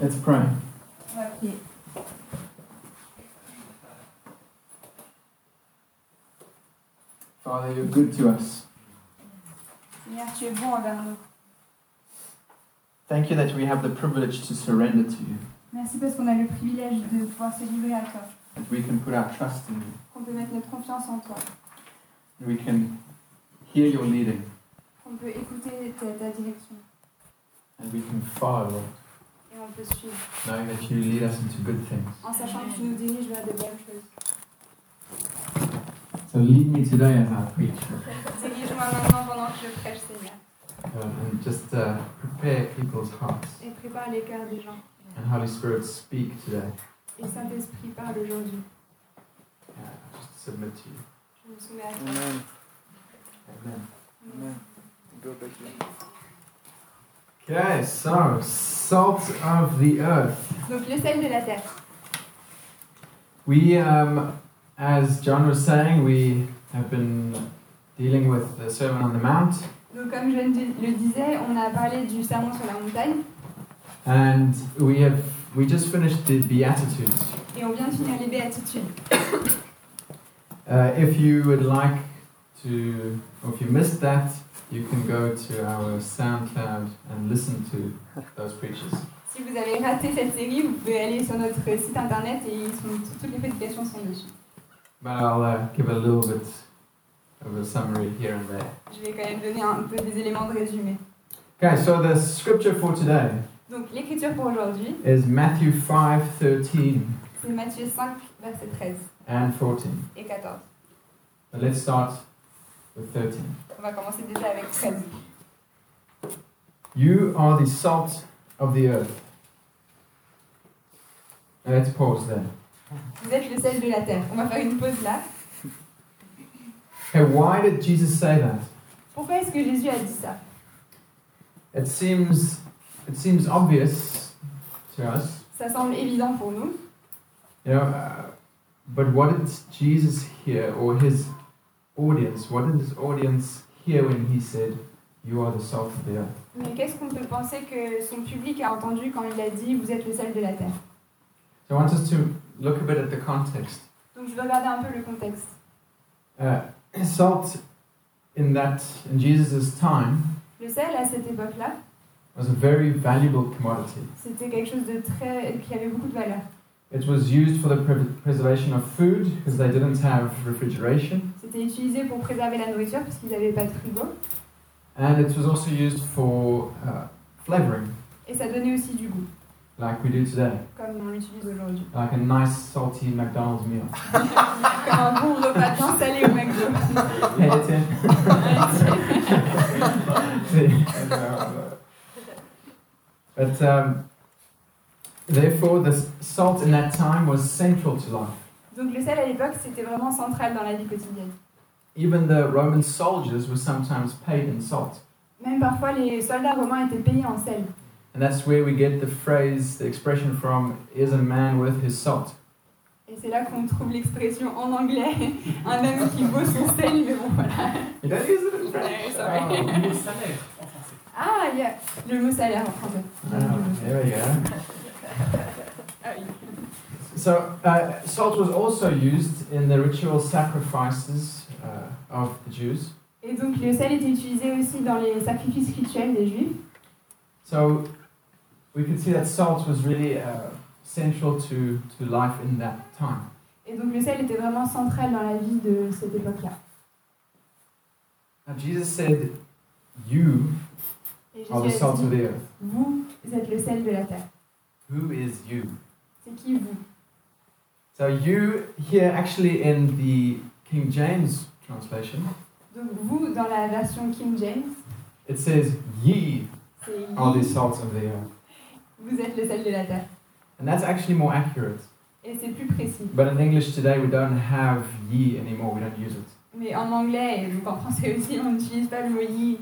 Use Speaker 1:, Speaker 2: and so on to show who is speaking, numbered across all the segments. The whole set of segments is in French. Speaker 1: That's prime. Father, you're good to us.
Speaker 2: Seigneur, tu es bon envers nous.
Speaker 1: Thank you that we have the privilege to surrender to you,
Speaker 2: Merci parce qu'on a le privilège de pouvoir se livrer à toi,
Speaker 1: that we can put our trust in you,
Speaker 2: qu'on peut mettre notre confiance en toi,
Speaker 1: and we can hear your leading,
Speaker 2: qu'on peut écouter ta, ta direction
Speaker 1: and we can follow,
Speaker 2: et on peut suivre,
Speaker 1: knowing that you lead us into good things.
Speaker 2: en sachant que tu nous diriges vers de bonnes choses.
Speaker 1: So lead me today as I preach,
Speaker 2: Dirige-moi maintenant pendant que je prêche, Seigneur,
Speaker 1: uh, and just uh, prepare people's hearts.
Speaker 2: et prépare les cœurs des gens.
Speaker 1: And Holy Spirit, speak today.
Speaker 2: Et Saint-Esprit parle aujourd'hui.
Speaker 1: Yeah, I just submit to you.
Speaker 2: Je me soumets à toi.
Speaker 3: Amen.
Speaker 1: Amen.
Speaker 3: Amen. Go back in.
Speaker 1: Okay, so salt of the earth.
Speaker 2: Donc le sel de la terre.
Speaker 1: We, um, as John was saying, we have been dealing with the Sermon on the Mount,
Speaker 2: Donc comme je le disais, on a parlé du sermon sur la montagne
Speaker 1: and we have we just finished the Beatitudes.
Speaker 2: et on vient de finir les béatitudes.
Speaker 1: Uh, if you would like to, or if you missed that, you can go to our SoundCloud and listen to those preachers.
Speaker 2: Si vous avez raté cette série, vous pouvez aller sur notre site internet et ils sont, toutes les publications sont dessus.
Speaker 1: But I'll uh, give a little bit of a summary here and there.
Speaker 2: Je vais quand même donner un peu des éléments de résumé.
Speaker 1: Okay, so the scripture for today
Speaker 2: Donc l'écriture pour aujourd'hui,
Speaker 1: is Matthew 5 13
Speaker 2: c'est Matthieu 5, versets 13
Speaker 1: and 14.
Speaker 2: et 14.
Speaker 1: But let's start with 13.
Speaker 2: On va commencer déjà avec 13.
Speaker 1: You are the salt of the earth. Now Let's pause there.
Speaker 2: Vous êtes le sel de la terre. On va faire une pause là.
Speaker 1: Okay, why did Jesus say that?
Speaker 2: Pourquoi est-ce que Jésus a dit ça
Speaker 1: It seems it seems obvious to us,
Speaker 2: Ça semble évident pour nous,
Speaker 1: you know. Uh, but what did Jesus hear, or his audience? What did his audience hear when he said, "You are the salt of the earth"?
Speaker 2: mais qu'est-ce qu'on peut penser que son public a entendu quand il a dit Vous êtes le sel de la terre
Speaker 1: So I want us to look a bit at the context.
Speaker 2: Donc je vais regarder un peu le contexte.
Speaker 1: Uh, salt in that in Jesus' time
Speaker 2: Le sel à cette époque-là,
Speaker 1: was a very valuable commodity.
Speaker 2: c'était quelque chose de très. qui avait beaucoup de valeur.
Speaker 1: It was used for the pre- preservation of food because they didn't have refrigeration,
Speaker 2: C'était utilisé pour préserver la nourriture puisqu'ils n'avaient pas de frigo.
Speaker 1: and it was also used for uh, flavoring,
Speaker 2: Et ça donnait aussi du goût,
Speaker 1: like we do today,
Speaker 2: comme on l'utilise aujourd'hui.
Speaker 1: like a nice salty McDonald's meal.
Speaker 2: Comme un bon repas bien salé au McDo.
Speaker 1: Hey, it's in. but um, therefore, the s- salt in that time was central to life.
Speaker 2: Donc le sel à l'époque, c'était vraiment central dans la vie quotidienne.
Speaker 1: Even the Roman soldiers were sometimes paid in salt.
Speaker 2: Même parfois, les soldats romains étaient payés en sel.
Speaker 1: And that's where we get the phrase, the expression from, is a man worth his salt?
Speaker 2: Et c'est là qu'on trouve l'expression en anglais, un homme qui vaut son sel, mais bon voilà.
Speaker 1: You don't use it in
Speaker 2: Ouais, c'est
Speaker 1: Oh,
Speaker 2: vrai. Ah, il y a le mot salaire en français.
Speaker 1: Oh, there we go.
Speaker 2: Ah oui.
Speaker 1: So, uh, salt was also used in the ritual sacrifices uh, of the Jews.
Speaker 2: Et donc le sel était utilisé aussi dans les sacrifices rituels des juifs.
Speaker 1: So, we could see that salt was really uh, central to, to life in that time.
Speaker 2: Et donc le sel était vraiment central dans la vie de cette époque-là.
Speaker 1: Now, Jesus said, You
Speaker 2: Et Jésus
Speaker 1: are the
Speaker 2: a
Speaker 1: salt of
Speaker 2: dit,
Speaker 1: the earth.
Speaker 2: vous êtes le sel de la terre.
Speaker 1: Who is you?
Speaker 2: C'est qui vous
Speaker 1: So, you here actually in the King James translation,
Speaker 2: Donc vous, dans la version King James,
Speaker 1: it says, Ye
Speaker 2: c'est
Speaker 1: are the salt of the earth.
Speaker 2: vous êtes le sel de la terre.
Speaker 1: And that's actually more accurate.
Speaker 2: Et c'est plus précis.
Speaker 1: But in English today, we don't have ye anymore, we don't use it.
Speaker 2: Mais en anglais, et donc en français aussi, on n'utilise pas le mot yi.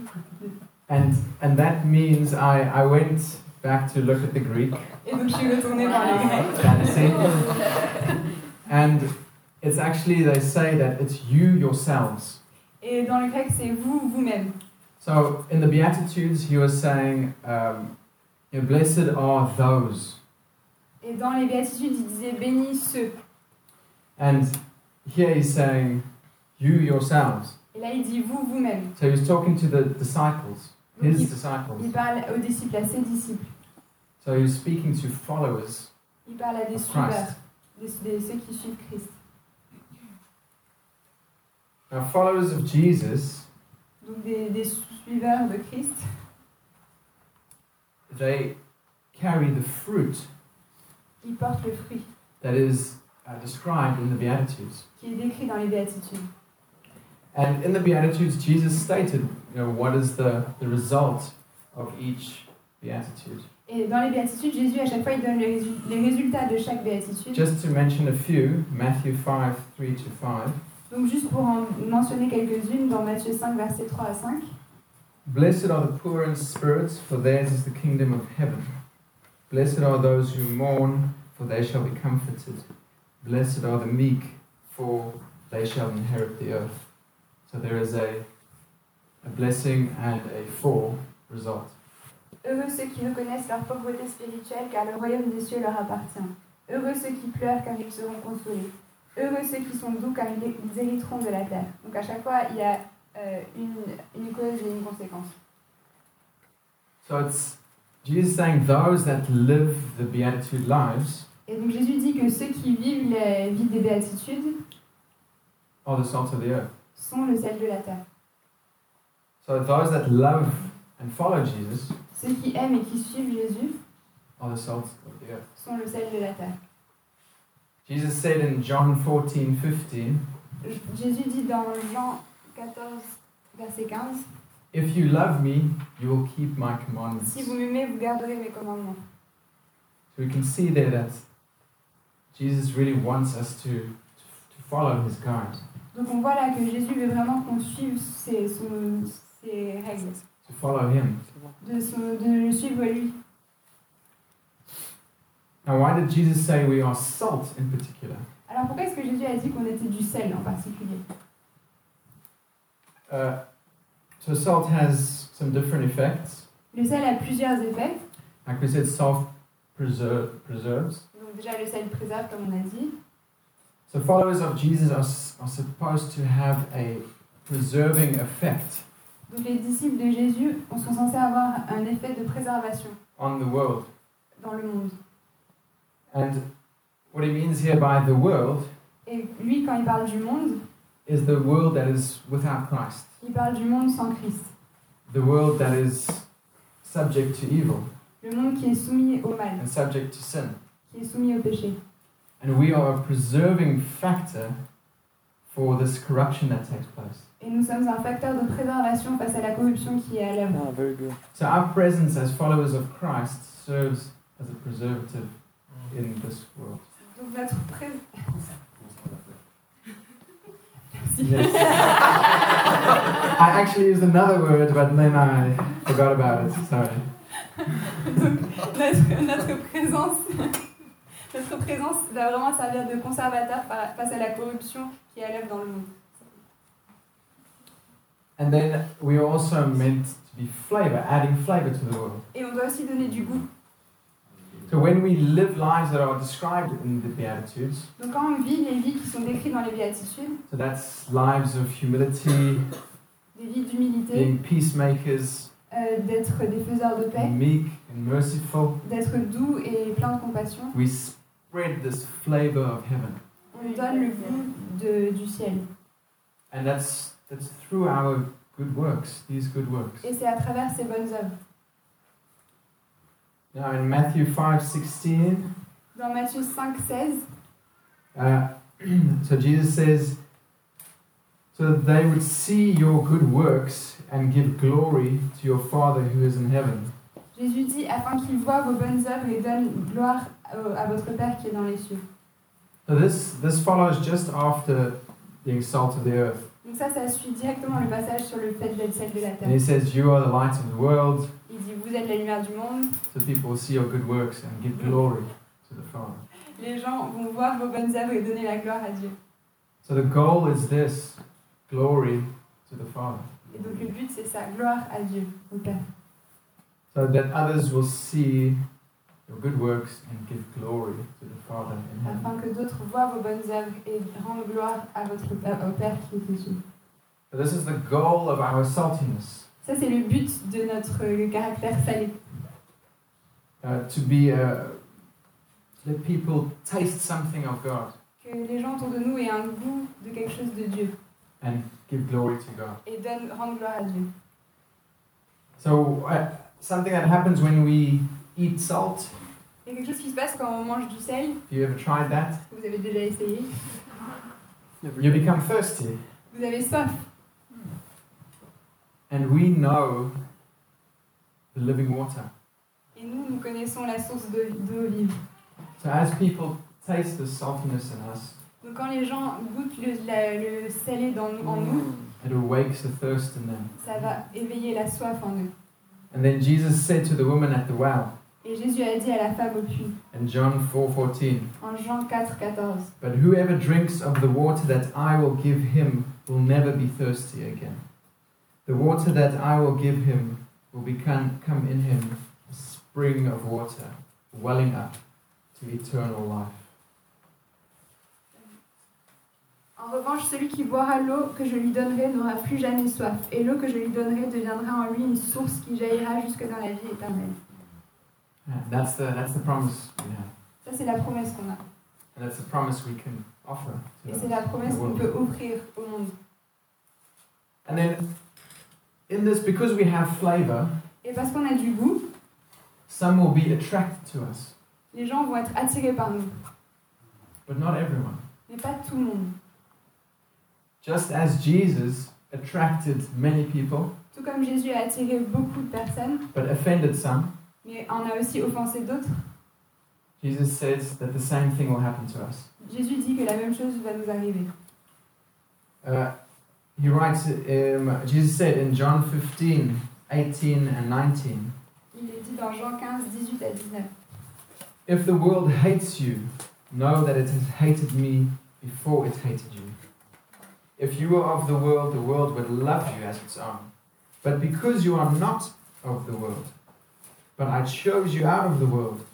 Speaker 1: And, and that means I, I went back to look at the Greek,
Speaker 2: Et donc je suis retournée vers les Grecs.
Speaker 1: and it's actually, they say that it's you yourselves.
Speaker 2: Et dans le grec, c'est vous, vous-même.
Speaker 1: So in the Beatitudes, he was saying, um, you know, Blessed are those
Speaker 2: Et dans les béatitudes, il disait bénis ceux.
Speaker 1: And here he's saying, You yourselves.
Speaker 2: Et là, il dit vous, vous-même.
Speaker 1: So he's talking to the disciples,
Speaker 2: Donc,
Speaker 1: his
Speaker 2: il, il
Speaker 1: disciples.
Speaker 2: parle aux disciples, à ses disciples.
Speaker 1: So he's speaking to followers
Speaker 2: Il parle à des
Speaker 1: of
Speaker 2: suiveurs,
Speaker 1: Christ.
Speaker 2: des, des- ceux qui suivent Christ.
Speaker 1: Now, followers of Jesus,
Speaker 2: Donc des, des suiveurs de Christ,
Speaker 1: they carry the fruit
Speaker 2: ils portent le fruit
Speaker 1: that is uh, described in the Beatitudes.
Speaker 2: qui est décrit dans les béatitudes.
Speaker 1: And in the Beatitudes, Jesus stated, you know, what is the, the result of each Beatitude.
Speaker 2: Et dans les béatitudes, Jésus, à chaque fois, il donne les résu- les résultats de chaque béatitude.
Speaker 1: Just to mention a few, Matthew 5, 3 to 5.
Speaker 2: Donc juste pour en mentionner quelques-unes, dans Matthieu 5, versets 3 à 5,
Speaker 1: Blessed are the poor in spirit, for theirs is the kingdom of heaven. Blessed are those who mourn, for they shall be comforted. Blessed are the meek, for they shall inherit the earth. So there is a, a blessing and a for result.
Speaker 2: Heureux ceux qui reconnaissent leur pauvreté spirituelle, car le royaume des cieux leur appartient. Heureux ceux qui pleurent, car ils seront consolés. Heureux ceux qui sont doux, car ils ils hériteront de la terre. Donc à chaque fois, il y a euh, une, une cause et une conséquence.
Speaker 1: So it's Jesus saying those that live the beatitude lives
Speaker 2: Et donc Jésus dit que ceux qui vivent la vie des béatitudes
Speaker 1: are the salt of the earth.
Speaker 2: sont le sel de la terre.
Speaker 1: So those that love and follow Jesus
Speaker 2: Ceux qui aiment et qui suivent Jésus
Speaker 1: are the salt of the earth.
Speaker 2: sont le sel de la terre.
Speaker 1: Jesus said in John 14, 15,
Speaker 2: J- Jésus dit dans Jean 14, verset 15,
Speaker 1: If you love me, you will keep my commandments.
Speaker 2: Si vous m'aimez, vous garderez mes commandements.
Speaker 1: So we can see there that Jesus really wants us to, to follow his guide,
Speaker 2: Donc on voit là que Jésus veut vraiment qu'on suive ses, son- ses règles,
Speaker 1: to follow him.
Speaker 3: C'est bon.
Speaker 2: de, son- de le suivre lui.
Speaker 1: Now, why did Jesus say we are salt in particular?
Speaker 2: Alors pourquoi est-ce que Jésus a dit qu'on était du sel en particulier
Speaker 1: Uh, so, salt has some different effects.
Speaker 2: Le sel a plusieurs effets.
Speaker 1: Like we said, salt preserve, preserves.
Speaker 2: Donc déjà le sel préserve comme on a dit.
Speaker 1: So, followers of Jesus are, s- are supposed to have a preserving effect
Speaker 2: Donc les disciples de Jésus on sont censés avoir un effet de préservation
Speaker 1: on the world.
Speaker 2: dans le monde.
Speaker 1: And what he means here by the world
Speaker 2: Et lui quand il parle du monde,
Speaker 1: is the world that is without Christ.
Speaker 2: il parle du monde sans Christ.
Speaker 1: the world that is subject to evil
Speaker 2: Le monde qui est soumis au mal,
Speaker 1: and subject to sin.
Speaker 2: qui est soumis au péché.
Speaker 1: And we are a preserving factor for this corruption that takes place.
Speaker 2: Et nous sommes un facteur de préservation face à la corruption qui est à l'œuvre.
Speaker 3: Ah, very good.
Speaker 1: So our presence as followers of Christ serves as a preservative in this world.
Speaker 2: Donc notre pré-
Speaker 1: Yes. I actually used another word, but then I forgot about it. Sorry.
Speaker 2: notre, notre présence, notre présence va vraiment servir de conservateur fa- face à la corruption qui est à l'œuvre dans le monde.
Speaker 1: And then we are also meant to be flavor, adding flavor to the world.
Speaker 2: Et on doit aussi donner du goût.
Speaker 1: So when we live lives that are described in the Beatitudes,
Speaker 2: Donc quand on vit les vies qui sont décrites dans les béatitudes,
Speaker 1: So that's lives of humility,
Speaker 2: des vies d'humilité,
Speaker 1: being peacemakers,
Speaker 2: euh, d'être des faiseurs de paix,
Speaker 1: meek and merciful.
Speaker 2: d'être doux et plein de compassion,
Speaker 1: We spread this flavor of heaven.
Speaker 2: on donne le goût de- du ciel.
Speaker 1: And that's, that's through our good works, these good works.
Speaker 2: Et c'est à travers ces bonnes œuvres.
Speaker 1: Now in Matthew 5 16,
Speaker 2: Dans Matthieu 5, 16,
Speaker 1: uh, so Jesus says, So that they would see your good works and give glory to your Father who is in heaven.
Speaker 2: Jésus dit afin qu'ils voient vos bonnes œuvres et donnent gloire au- à votre Père qui est dans les cieux.
Speaker 1: So this, this follows just after being salt of the earth.
Speaker 2: Donc ça, ça suit directement le passage sur le fait d'être celle de la
Speaker 1: And he
Speaker 2: terre.
Speaker 1: says, You are the light of the world.
Speaker 2: Il dit, vous êtes la lumière du monde,
Speaker 1: so people will see your good works and give glory to the Father.
Speaker 2: les gens vont voir vos bonnes œuvres et donner la gloire à Dieu.
Speaker 1: So the goal is this glory to the Father,
Speaker 2: Et donc le but, c'est ça, gloire à Dieu, au Père.
Speaker 1: so that others will see your good works and give glory to the Father in heaven.
Speaker 2: afin que d'autres voient vos bonnes œuvres et rendent gloire à votre Père- au Père qui est aux cieux.
Speaker 1: This is the goal of our saltiness
Speaker 2: Ça, c'est le but de notre euh, caractère salé.
Speaker 1: uh, to be a, let people taste something of God
Speaker 2: Que les gens autour de nous aient un goût de quelque chose de Dieu
Speaker 1: and give glory to God.
Speaker 2: et donnent, rendent gloire à Dieu.
Speaker 1: So, uh, something that happens when we eat salt,
Speaker 2: Il y a quelque chose qui se passe quand on mange du sel,
Speaker 1: if you ever tried that,
Speaker 2: vous avez déjà essayé,
Speaker 1: you become thirsty.
Speaker 2: vous avez soif.
Speaker 1: And we know the living water.
Speaker 2: Et nous, nous connaissons la source de- d'eau vive.
Speaker 1: So, as people taste the saltiness in us,
Speaker 2: Donc quand les gens goûtent le, la- le salé dans nous- en nous,
Speaker 1: it awakes a thirst in them.
Speaker 2: ça va éveiller la soif en eux.
Speaker 1: And then Jesus said to the woman at the well
Speaker 2: Et Jésus a dit à la femme au puits,
Speaker 1: in John 4:14,
Speaker 2: en Jean 4, 14,
Speaker 1: "But whoever drinks of the water that I will give him will never be thirsty again. The water that I will give him will become come in him a spring of water, welling up to eternal life."
Speaker 2: En revanche, celui qui boira l'eau que je lui donnerai n'aura plus jamais soif, et l'eau que je lui donnerai deviendra en lui une source qui jaillira jusque dans la vie éternelle.
Speaker 1: Yeah, that's the that's the promise we have,
Speaker 2: Ça, c'est la promesse qu'on a.
Speaker 1: and that's the promise we can offer. To
Speaker 2: Et
Speaker 1: others.
Speaker 2: c'est la promesse qu'on peut offrir au monde.
Speaker 1: And then in this, because we have flavor,
Speaker 2: Et parce qu'on a du goût,
Speaker 1: some will be attracted to us,
Speaker 2: les gens vont être attirés par nous.
Speaker 1: but not everyone.
Speaker 2: Mais pas tout le monde.
Speaker 1: Just as Jesus attracted many people,
Speaker 2: Tout comme Jésus a attiré beaucoup de personnes,
Speaker 1: but offended some,
Speaker 2: mais en a aussi offensé d'autres,
Speaker 1: Jesus says that the same thing will happen to us.
Speaker 2: Jésus dit que la même chose va nous arriver.
Speaker 1: Uh, he writes, um, Jesus said in John 15, 18, and 19,
Speaker 2: Il est dit dans Jean 15, 18 à 19.
Speaker 1: If the world hates you, know that it has hated me before it hated you. If you were of the world, the world would love you as its own. But because you are not of the world, but I chose you out of the world,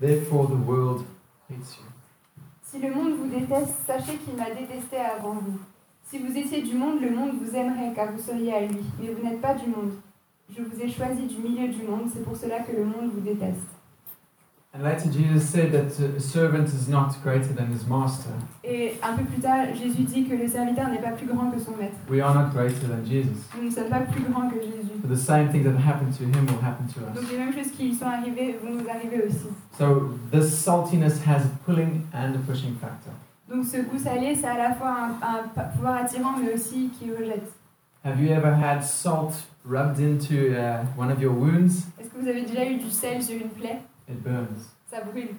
Speaker 1: therefore the world hates you.
Speaker 2: Si le monde vous déteste, sachez qu'il m'a détesté avant vous. Si vous étiez du monde, le monde vous aimerait car vous seriez à lui. Mais vous n'êtes pas du monde. Je vous ai choisi du milieu du monde, c'est pour cela que le monde vous déteste.
Speaker 1: And later Jesus said that a servant is not greater than his master.
Speaker 2: Et un peu plus tard, Jésus dit que le serviteur n'est pas plus grand que son maître.
Speaker 1: We are not greater than Jesus.
Speaker 2: Nous ne sommes pas plus grands que Jésus.
Speaker 1: For the same thing that happened to him will happen to us.
Speaker 2: Donc les mêmes choses qui lui sont arrivées vont nous arriver aussi.
Speaker 1: So this saltiness has a pulling and a pushing factor.
Speaker 2: Donc ce goût salé, c'est à la fois un, un pa- pouvoir attirant, mais aussi qui rejette.
Speaker 1: Have you ever had salt rubbed into uh, one of your wounds?
Speaker 2: Est-ce que vous avez déjà eu du sel sur une plaie
Speaker 1: It burns.
Speaker 2: Ça brûle.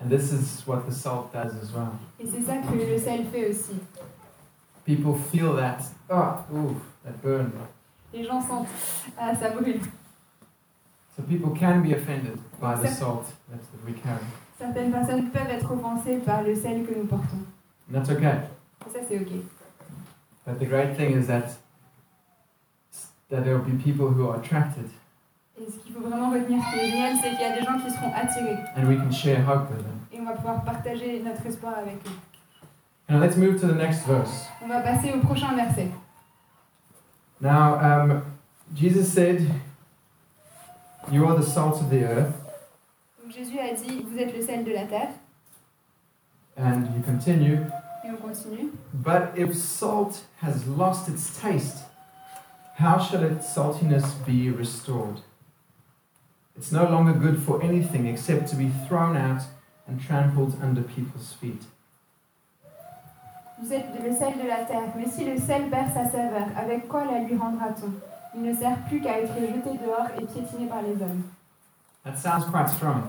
Speaker 1: And this is what the salt does as well.
Speaker 2: Et c'est ça que le sel fait aussi.
Speaker 1: People feel that, oh, ooh, that burned.
Speaker 2: Les gens sentent, ah, ça brûle.
Speaker 1: So people can be offended by the salt that that we carry.
Speaker 2: Certaines personnes peuvent être offensées par le sel que nous portons.
Speaker 1: And that's okay.
Speaker 2: Et ça, c'est OK.
Speaker 1: But the great thing is that, that there will be people who are attracted
Speaker 2: Et ce qu'il faut vraiment retenir, ce qui est génial, c'est qu'il y a des gens qui seront attirés.
Speaker 1: and we can share hope with them.
Speaker 2: Et on va pouvoir partager notre espoir avec eux.
Speaker 1: Now let's move to the next verse.
Speaker 2: On va passer au prochain verset.
Speaker 1: Now, um, Jesus said, You are the salt of the earth.
Speaker 2: Donc Jésus a dit, vous êtes le sel de la terre.
Speaker 1: And you continue.
Speaker 2: Et on continue.
Speaker 1: But if salt has lost its taste, how shall its saltiness be restored? It's no longer good for anything except to be thrown out and trampled under people's feet.
Speaker 2: Vous êtes le sel de la terre. Mais si le sel perd sa saveur, avec quoi la lui rendra-t-on Il ne sert plus qu'à être jeté dehors et piétiné par les hommes.
Speaker 1: That sounds quite strong.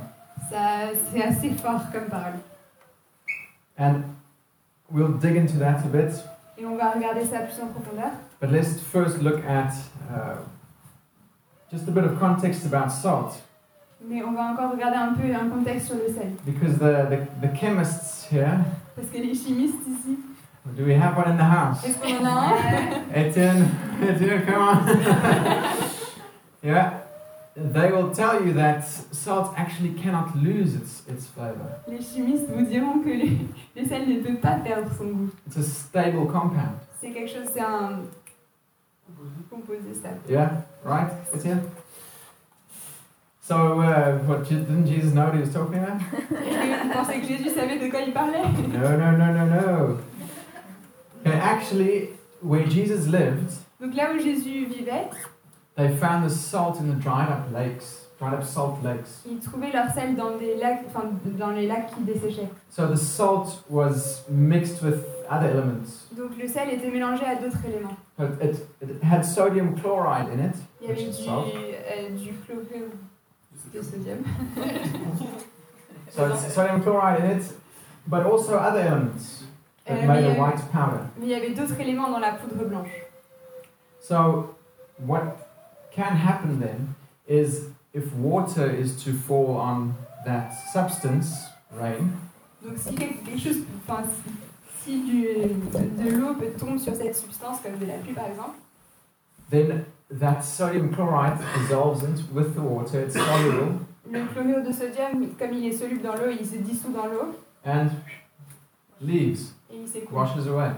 Speaker 2: Ça, c'est assez fort comme parole.
Speaker 1: And we'll dig into that a bit,
Speaker 2: Et on va regarder ça plus en profondeur.
Speaker 1: but let's first look at uh, just a bit of context about salt,
Speaker 2: Mais on va encore regarder un peu un contexte sur le sel.
Speaker 1: because the, the, the chemists here,
Speaker 2: Parce que les chimistes ici,
Speaker 1: do we have one in the house?
Speaker 2: est-ce qu'on en a un
Speaker 1: Etienne, Etienne, come on. yeah, they will tell you that salt actually cannot lose its, its flavor.
Speaker 2: Les chimistes vous diront que le, le sel ne peut pas perdre son goût.
Speaker 1: It's a stable compound.
Speaker 2: C'est quelque chose, c'est un composé stable.
Speaker 1: Yeah, right? What's here? So, uh, what Je- didn't Jesus know what he was talking about?
Speaker 2: Est-ce que vous pensez que Jésus savait de quoi il parlait
Speaker 1: No, no, no, no, no. Okay, actually, where Jesus lived,
Speaker 2: Donc là où Jésus vivait,
Speaker 1: they found the salt in the dried up lakes, dried up salt lakes.
Speaker 2: ils trouvaient leur sel dans des lacs, enfin dans les lacs qui desséchaient.
Speaker 1: So the salt was mixed with other elements,
Speaker 2: Donc le sel était mélangé à d'autres éléments.
Speaker 1: but it, it had sodium chloride in it,
Speaker 2: Il y
Speaker 1: which
Speaker 2: avait
Speaker 1: is
Speaker 2: du,
Speaker 1: salt.
Speaker 2: euh, du chlorure de sodium.
Speaker 1: So it's sodium chloride in it, but also other elements that
Speaker 2: Euh,
Speaker 1: made
Speaker 2: mais,
Speaker 1: a
Speaker 2: euh,
Speaker 1: white powder.
Speaker 2: mais il y avait d'autres éléments dans la poudre blanche.
Speaker 1: So what can happen then is if water is to fall on that substance, rain,
Speaker 2: Donc si quelque quelque chose, enfin si, si du, de, de l'eau peut- tombe sur cette substance comme de la pluie par exemple,
Speaker 1: then that sodium chloride dissolves into, with the water, it's soluble,
Speaker 2: le chlorure de sodium, comme il est soluble dans l'eau, il se dissout dans l'eau
Speaker 1: and leaves.
Speaker 2: et il s'écoule.
Speaker 1: washes away.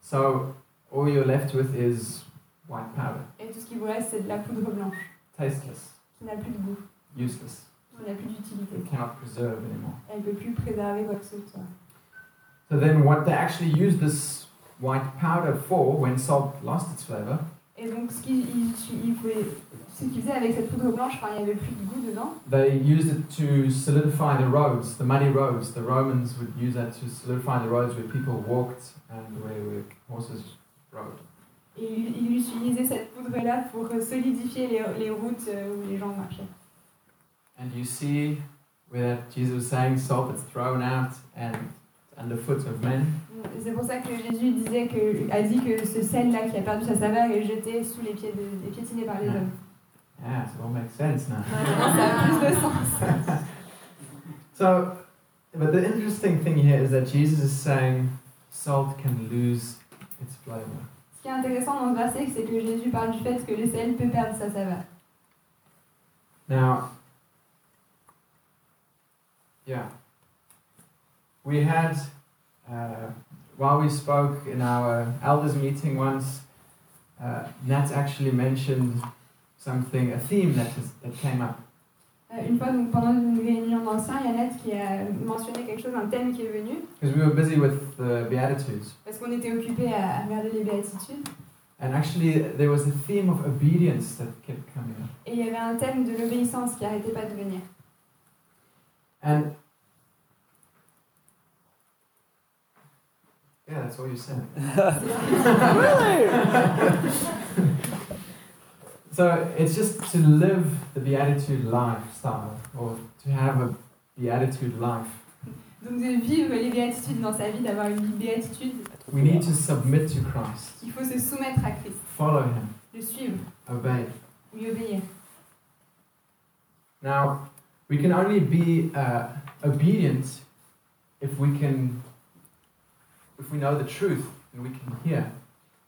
Speaker 1: So all you're left with is white powder,
Speaker 2: Et tout ce qui vous reste, c'est de la poudre blanche
Speaker 1: tasteless,
Speaker 2: qui n'a plus de goût,
Speaker 1: useless.
Speaker 2: qui n'a plus d'utilité.
Speaker 1: It cannot preserve anymore.
Speaker 2: Elle ne peut plus préserver quoi que ce soit.
Speaker 1: So then, what they actually used this white powder for when salt lost its flavor
Speaker 2: Et donc ce qu'ils il, il pouvait- ce qu'ils faisaient avec cette poudre blanche, enfin, il n'y avait plus de goût dedans,
Speaker 1: They used it to solidify the roads, the muddy roads. The Romans would use that to solidify the roads where people walked and where, where horses rode.
Speaker 2: et ils il utilisaient cette poudre-là pour solidifier les, les routes euh, où les gens marchaient.
Speaker 1: And you see where Jesus was saying salt is thrown out and underfoot of men.
Speaker 2: C'est pour ça que Jésus disait que, a dit que ce sel-là qui a perdu sa saveur est jeté sous les pieds de, et piétiné par les hommes.
Speaker 1: Yeah, so it all makes sense now.
Speaker 2: Ça a plus de sens.
Speaker 1: So, but the interesting thing here is that Jesus is saying salt can lose its flavor.
Speaker 2: Ce qui est intéressant dans ce verset, c'est que Jésus parle du fait que le sel peut perdre sa saveur.
Speaker 1: Now, yeah, we had, uh, while we spoke in our elders meeting once, uh, Nat actually mentioned something, a theme that, is, that came up.
Speaker 2: Euh, Une fois, donc, pendant une réunion d'anciens, Yannette qui a mentionné quelque chose, un thème qui est venu,
Speaker 1: Because we were busy with the Beatitudes.
Speaker 2: parce qu'on était occupés à, à regarder les béatitudes,
Speaker 1: And actually, there was a theme of obedience that kept coming up.
Speaker 2: et il y avait un thème de l'obéissance qui n'arrêtait pas de venir.
Speaker 1: And yeah, that's all you said. so it's just to live the beatitude lifestyle, or to have a beatitude life.
Speaker 2: Donc de vivre les béatitudes dans sa vie, d'avoir une vie béatitude,
Speaker 1: We need to submit to Christ,
Speaker 2: il faut se soumettre à Christ,
Speaker 1: follow Him,
Speaker 2: le suivre,
Speaker 1: obey.
Speaker 2: lui obéir.
Speaker 1: Now, we can only be uh, obedient if we can, if we know the truth and we can hear.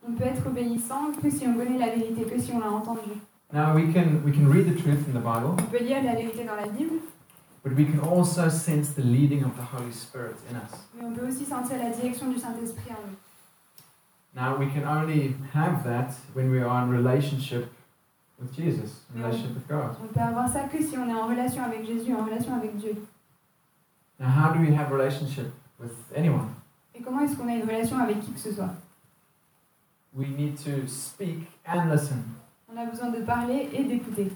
Speaker 2: On peut être obéissant que si on connaît la vérité, que si on l'a entendue.
Speaker 1: Now we can we can read the truth in the Bible,
Speaker 2: On peut lire la vérité dans la Bible,
Speaker 1: but we can also sense the leading of the Holy Spirit in us.
Speaker 2: mais on peut aussi sentir la direction du Saint-Esprit en nous.
Speaker 1: Now we can only have that when we are in relationship with Jesus, in
Speaker 2: Yeah.
Speaker 1: relationship with God.
Speaker 2: On peut avoir ça que si on est en relation avec Jésus, en relation avec Dieu.
Speaker 1: Now how do we have relationship with anyone?
Speaker 2: Et comment est-ce qu'on a une relation avec qui que ce soit
Speaker 1: We need to speak and listen.
Speaker 2: On a besoin de parler et d'écouter.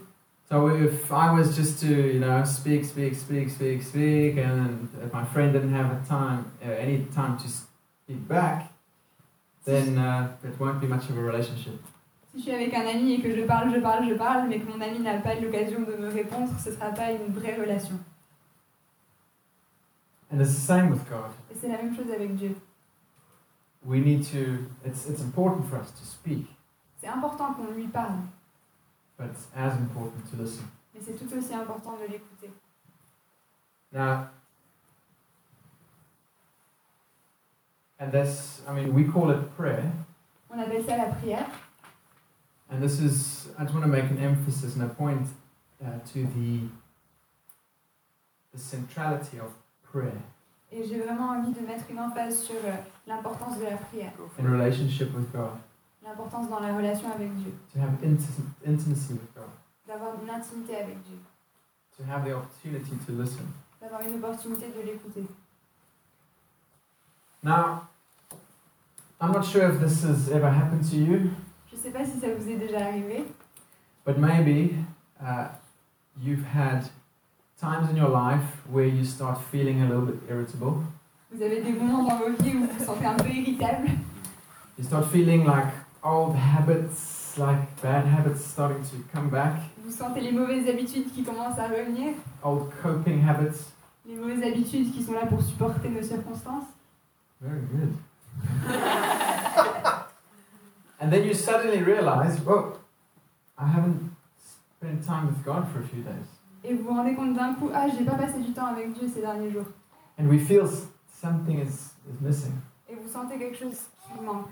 Speaker 1: So if I was just to, you know, speak, speak, speak, speak, speak, and if my friend didn't have a time, uh, any time to speak back, then uh, it won't be much of a relationship.
Speaker 2: Si je suis avec un ami et que je parle, je parle, je parle, mais que mon ami n'a pas l'occasion de me répondre, ce ne sera pas une vraie relation.
Speaker 1: And it's the same with God.
Speaker 2: Et c'est la même chose avec Dieu.
Speaker 1: we need to it's it's important for us to speak
Speaker 2: C'est important qu'on lui parle,
Speaker 1: but it's as important to listen
Speaker 2: mais c'est tout aussi important de l'écouter.
Speaker 1: now and this i mean we call it prayer
Speaker 2: On appelle ça la prière,
Speaker 1: And this is, I just want to make an emphasis and a point uh, to the, the centrality of prayer
Speaker 2: Et j'ai vraiment envie de mettre une emphase sur euh, l'importance de la prière,
Speaker 3: Go for
Speaker 1: in
Speaker 3: it.
Speaker 1: relationship with God,
Speaker 2: l'importance dans la relation avec Dieu,
Speaker 1: to have inti- intimacy with God,
Speaker 2: d'avoir une intimité avec Dieu,
Speaker 1: to have the opportunity to listen.
Speaker 2: d'avoir une opportunité de l'écouter.
Speaker 1: Now, I'm not sure if this has ever happened to you,
Speaker 2: Je sais pas si ça vous est déjà arrivé,
Speaker 1: But maybe uh, you've had times in your life where you start feeling a little bit irritable.
Speaker 2: vous avez des moments dans vos vies où vous vous sentez un peu irritable,
Speaker 1: You start feeling like old habits, like bad habits starting to come back,
Speaker 2: vous sentez les mauvaises habitudes qui commencent à revenir,
Speaker 1: old coping habits.
Speaker 2: les mauvaises habitudes qui sont là pour supporter nos circonstances.
Speaker 1: Very good. and then you suddenly realize, whoa, I haven't spent time with God for a few days.
Speaker 2: Et vous vous rendez compte d'un coup, ah, j'ai pas passé du temps avec Dieu ces derniers jours.
Speaker 1: And we feel s- something is, is missing.
Speaker 2: Et vous sentez quelque chose qui manque.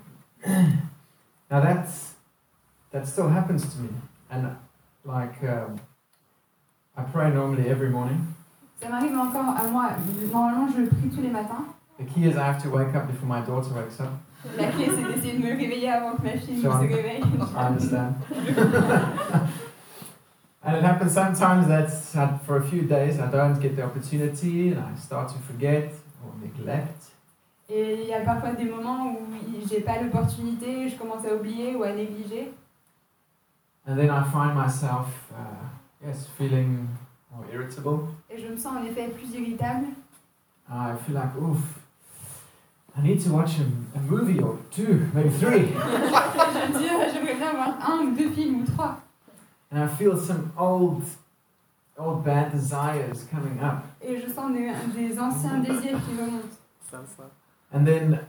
Speaker 1: Now that's that still happens to me, and like um, I pray normally every morning.
Speaker 2: Ça m'arrive encore à moi. Normalement, je prie tous les matins.
Speaker 1: The key is I have to wake up before my daughter wakes up.
Speaker 2: La clé, c'est d'essayer de me réveiller avant que ma fille ne se
Speaker 1: Jean.
Speaker 2: réveille.
Speaker 1: I understand. and it happens sometimes that I- for a few days I don't get the opportunity, and I start to forget or neglect.
Speaker 2: Et il y a parfois des moments où j'ai pas l'opportunité, je commence à oublier ou à négliger.
Speaker 1: And then I find myself, uh, yes, feeling more irritable.
Speaker 2: Et je me sens en effet plus irritable.
Speaker 1: I feel like, oof, I need to watch a, a movie or two, maybe three.
Speaker 2: je me dis, ah, j'aimerais bien voir un ou deux films ou trois.
Speaker 1: And I feel some old, old bad desires coming up.
Speaker 2: Et je sens des, des anciens désirs qui remontent.
Speaker 3: Ça, ça.
Speaker 1: And then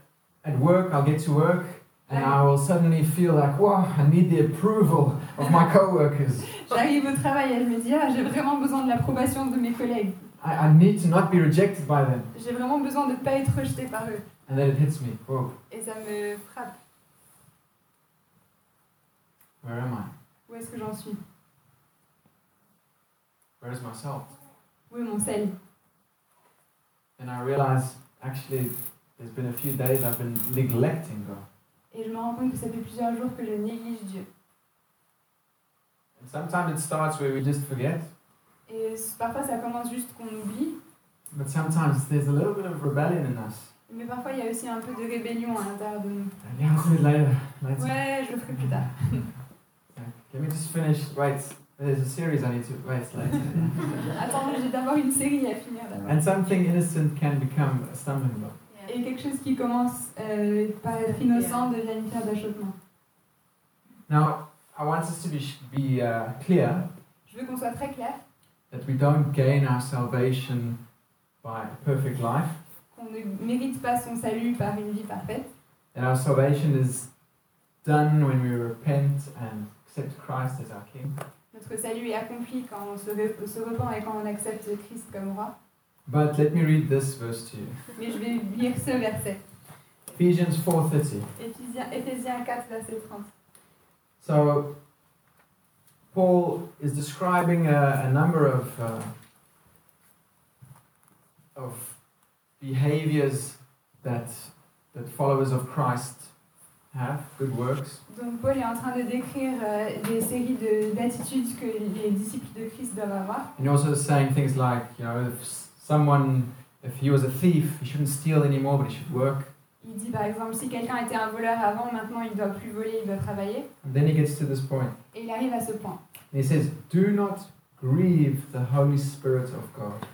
Speaker 1: at work, I'll get to work and I will suddenly feel like, wow, I need the approval of my coworkers.
Speaker 2: J'arrive au travail et je me dis, ah, j'ai vraiment besoin de l'approbation de mes collègues.
Speaker 1: I, I need to not be rejected by them.
Speaker 2: J'ai vraiment besoin de ne pas être rejeté par eux.
Speaker 1: And then it hits me, whoa,
Speaker 2: Et ça me frappe.
Speaker 1: where am I?
Speaker 2: Où est-ce que j'en suis
Speaker 1: Where is myself?
Speaker 2: Où est mon sel
Speaker 1: And I realize, actually, there's been a few days I've been neglecting God.
Speaker 2: Et je me rends compte que ça fait plusieurs jours que je néglige Dieu.
Speaker 1: And sometimes it starts where we just forget,
Speaker 2: Et c- parfois ça commence juste qu'on oublie,
Speaker 1: but sometimes there's a little bit of rebellion in us.
Speaker 2: mais parfois il y a aussi un peu de rébellion à l'intérieur de nous.
Speaker 1: Yeah, I'll do it later. Later.
Speaker 2: Ouais, je le ferai plus tard.
Speaker 1: Okay, Let me just finish. Wait, there's a series I need to wait later.
Speaker 2: Attends, j'ai d'abord une série à finir d'abord.
Speaker 1: and something innocent can become a stumbling block.
Speaker 2: Et quelque chose qui commence euh, par être innocent devient une pierre d'achoppement.
Speaker 1: Now, I want us to be, be uh, clear
Speaker 2: Je veux qu'on soit très clair,
Speaker 1: that we don't gain our salvation by a perfect life,
Speaker 2: qu'on ne mérite pas son salut par une vie parfaite,
Speaker 1: that our salvation is done when we repent and accept Christ as our King.
Speaker 2: notre salut est accompli quand on se, re- se repent et quand on accepte Christ comme roi.
Speaker 1: But let me read this verse to you.
Speaker 2: Mais je vais lire ce verset,
Speaker 1: Ephesians 4:30.
Speaker 2: Éphésiens, Éphésiens 4, verset 30.
Speaker 1: So, Paul is describing a, a number of, uh, of behaviors that, that followers of Christ have, good works.
Speaker 2: Donc Paul est en train de décrire euh, des séries de- d'attitudes que les disciples de Christ doivent avoir.
Speaker 1: And he also is saying things like, you know, if s- someone, if he was a thief, he shouldn't steal anymore, but he should work.
Speaker 2: Il dit par exemple si quelqu'un était un voleur avant, maintenant il ne doit plus voler, il doit travailler.
Speaker 1: And then he gets to this point.
Speaker 2: Et il arrive à ce point.
Speaker 1: And he says, Do not grieve the Holy Spirit of God,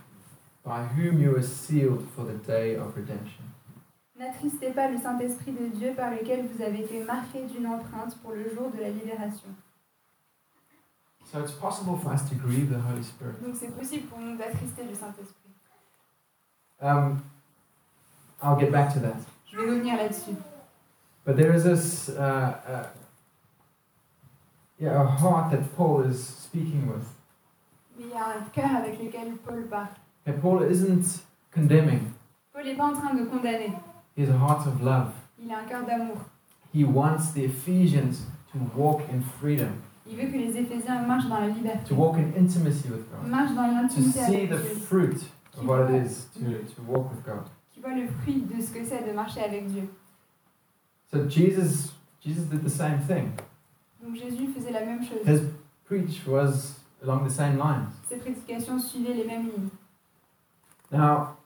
Speaker 1: by whom you were sealed for the day of redemption.
Speaker 2: N'attristez pas le Saint-Esprit de Dieu par lequel vous avez été marqués d'une empreinte pour le jour de la libération.
Speaker 1: So it's possible for us to grieve the Holy Spirit.
Speaker 2: Donc c'est possible pour nous d'attrister le Saint-Esprit.
Speaker 1: Um, I'll get back to that.
Speaker 2: Je vais revenir là-dessus.
Speaker 1: But there is this, uh, uh, yeah, a heart that Paul is speaking with.
Speaker 2: Mais il y a un cœur avec lequel Paul parle.
Speaker 1: And Paul isn't condemning.
Speaker 2: Paul n'est pas en train de condamner.
Speaker 1: He has a heart of love.
Speaker 2: Il a un cœur d'amour.
Speaker 1: He wants the Ephesians to walk in freedom,
Speaker 2: Il veut que les Éphésiens marchent dans la liberté,
Speaker 1: to walk in intimacy with God,
Speaker 2: marchent dans
Speaker 1: to
Speaker 2: l'intimité
Speaker 1: see
Speaker 2: avec
Speaker 1: the
Speaker 2: Dieu,
Speaker 1: fruit of what it is to, to walk with God.
Speaker 2: qui voient le fruit de ce que c'est de marcher avec Dieu.
Speaker 1: So Jesus, Jesus did the same thing.
Speaker 2: Donc Jésus faisait la même chose.
Speaker 1: His preach was along the same lines.
Speaker 2: Ses prédications suivaient les mêmes lignes.
Speaker 1: Now,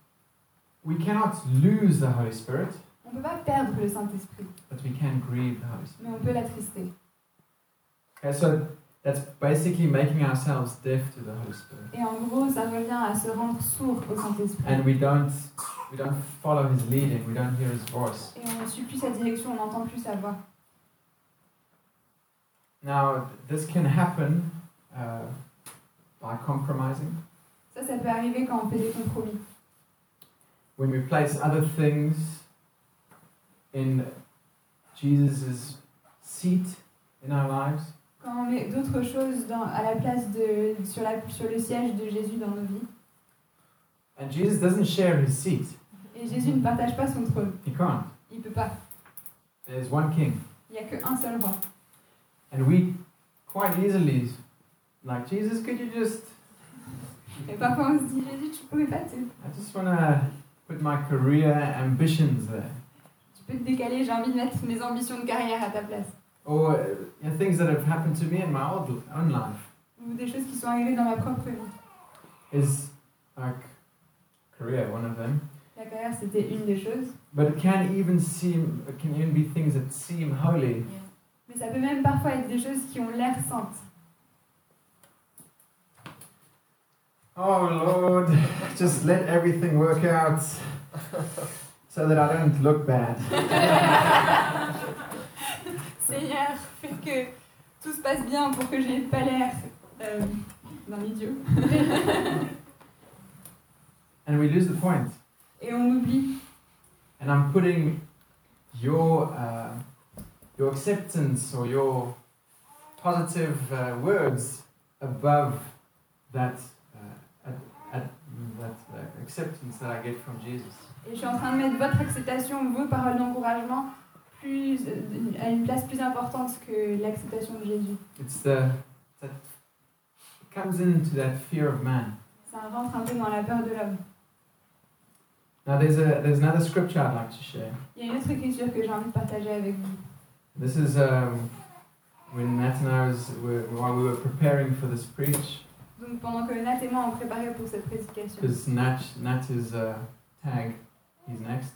Speaker 1: we cannot lose the Holy Spirit,
Speaker 2: On ne peut pas perdre le Saint-Esprit,
Speaker 1: but we can grieve the Holy Spirit.
Speaker 2: mais on peut l'attrister.
Speaker 1: Okay, so that's basically making ourselves deaf to the Holy Spirit,
Speaker 2: Et en gros, ça revient à se rendre sourd au Saint-Esprit.
Speaker 1: and we don't we don't follow His leading. We don't hear His voice.
Speaker 2: Et on ne suit plus sa direction, on n'entend plus sa voix.
Speaker 1: Now, this can happen uh, by compromising
Speaker 2: Ça, ça peut arriver quand on fait des compromis.
Speaker 1: when we place other things in Jesus's seat in our lives.
Speaker 2: Quand on met d'autres choses dans- à la place de, sur, la, sur le siège de Jésus dans nos vies.
Speaker 1: And Jesus doesn't share His seat.
Speaker 2: Et Jésus ne partage pas son trône.
Speaker 1: He can't.
Speaker 2: Il peut pas.
Speaker 1: There's one King.
Speaker 2: Il n'y a qu'un seul roi.
Speaker 1: And we quite easily, like, Jesus, could you just,
Speaker 2: Et parfois on se dit, Jésus, tu pouvais pas te...
Speaker 1: I just want to put my career ambitions there.
Speaker 2: Tu peux te décaler, j'ai envie de mettre mes ambitions de carrière à ta place.
Speaker 1: Or uh, you know, things that have happened to me in my old, own life
Speaker 2: Ou des choses qui sont arrivées dans ma propre vie.
Speaker 1: is like career, one of them.
Speaker 2: La carrière, c'était une des choses.
Speaker 1: But it can even seem, it can even be things that seem holy,
Speaker 2: Mais ça peut même parfois être des choses qui ont l'air saintes.
Speaker 1: Oh Lord, just let everything work out so that I don't look bad.
Speaker 2: Seigneur, fais que tout se passe bien pour que je n'ai pas l'air euh, d'un idiot.
Speaker 1: And we lose the point.
Speaker 2: Et on oublie.
Speaker 1: And I'm putting your, uh, your acceptance or your positive uh, words above that, uh, at, at, that uh, acceptance that I get from Jesus.
Speaker 2: Et je suis en train de mettre votre acceptation, vos paroles d'encouragement plus, euh, à une place plus importante que l'acceptation de Jésus.
Speaker 1: It's the, that it comes into that fear of man.
Speaker 2: Ça rentre un peu dans la peur de l'homme.
Speaker 1: Now, there's, a, there's another scripture I'd like to share.
Speaker 2: Il y a une autre écriture que j'ai envie de partager avec vous.
Speaker 1: This is um, when Matt and I was, were, while we were preparing for this preach,
Speaker 2: Donc pendant que Nat et moi on préparait pour cette prédication.
Speaker 1: because Nat, Nat is uh, tag, he's next.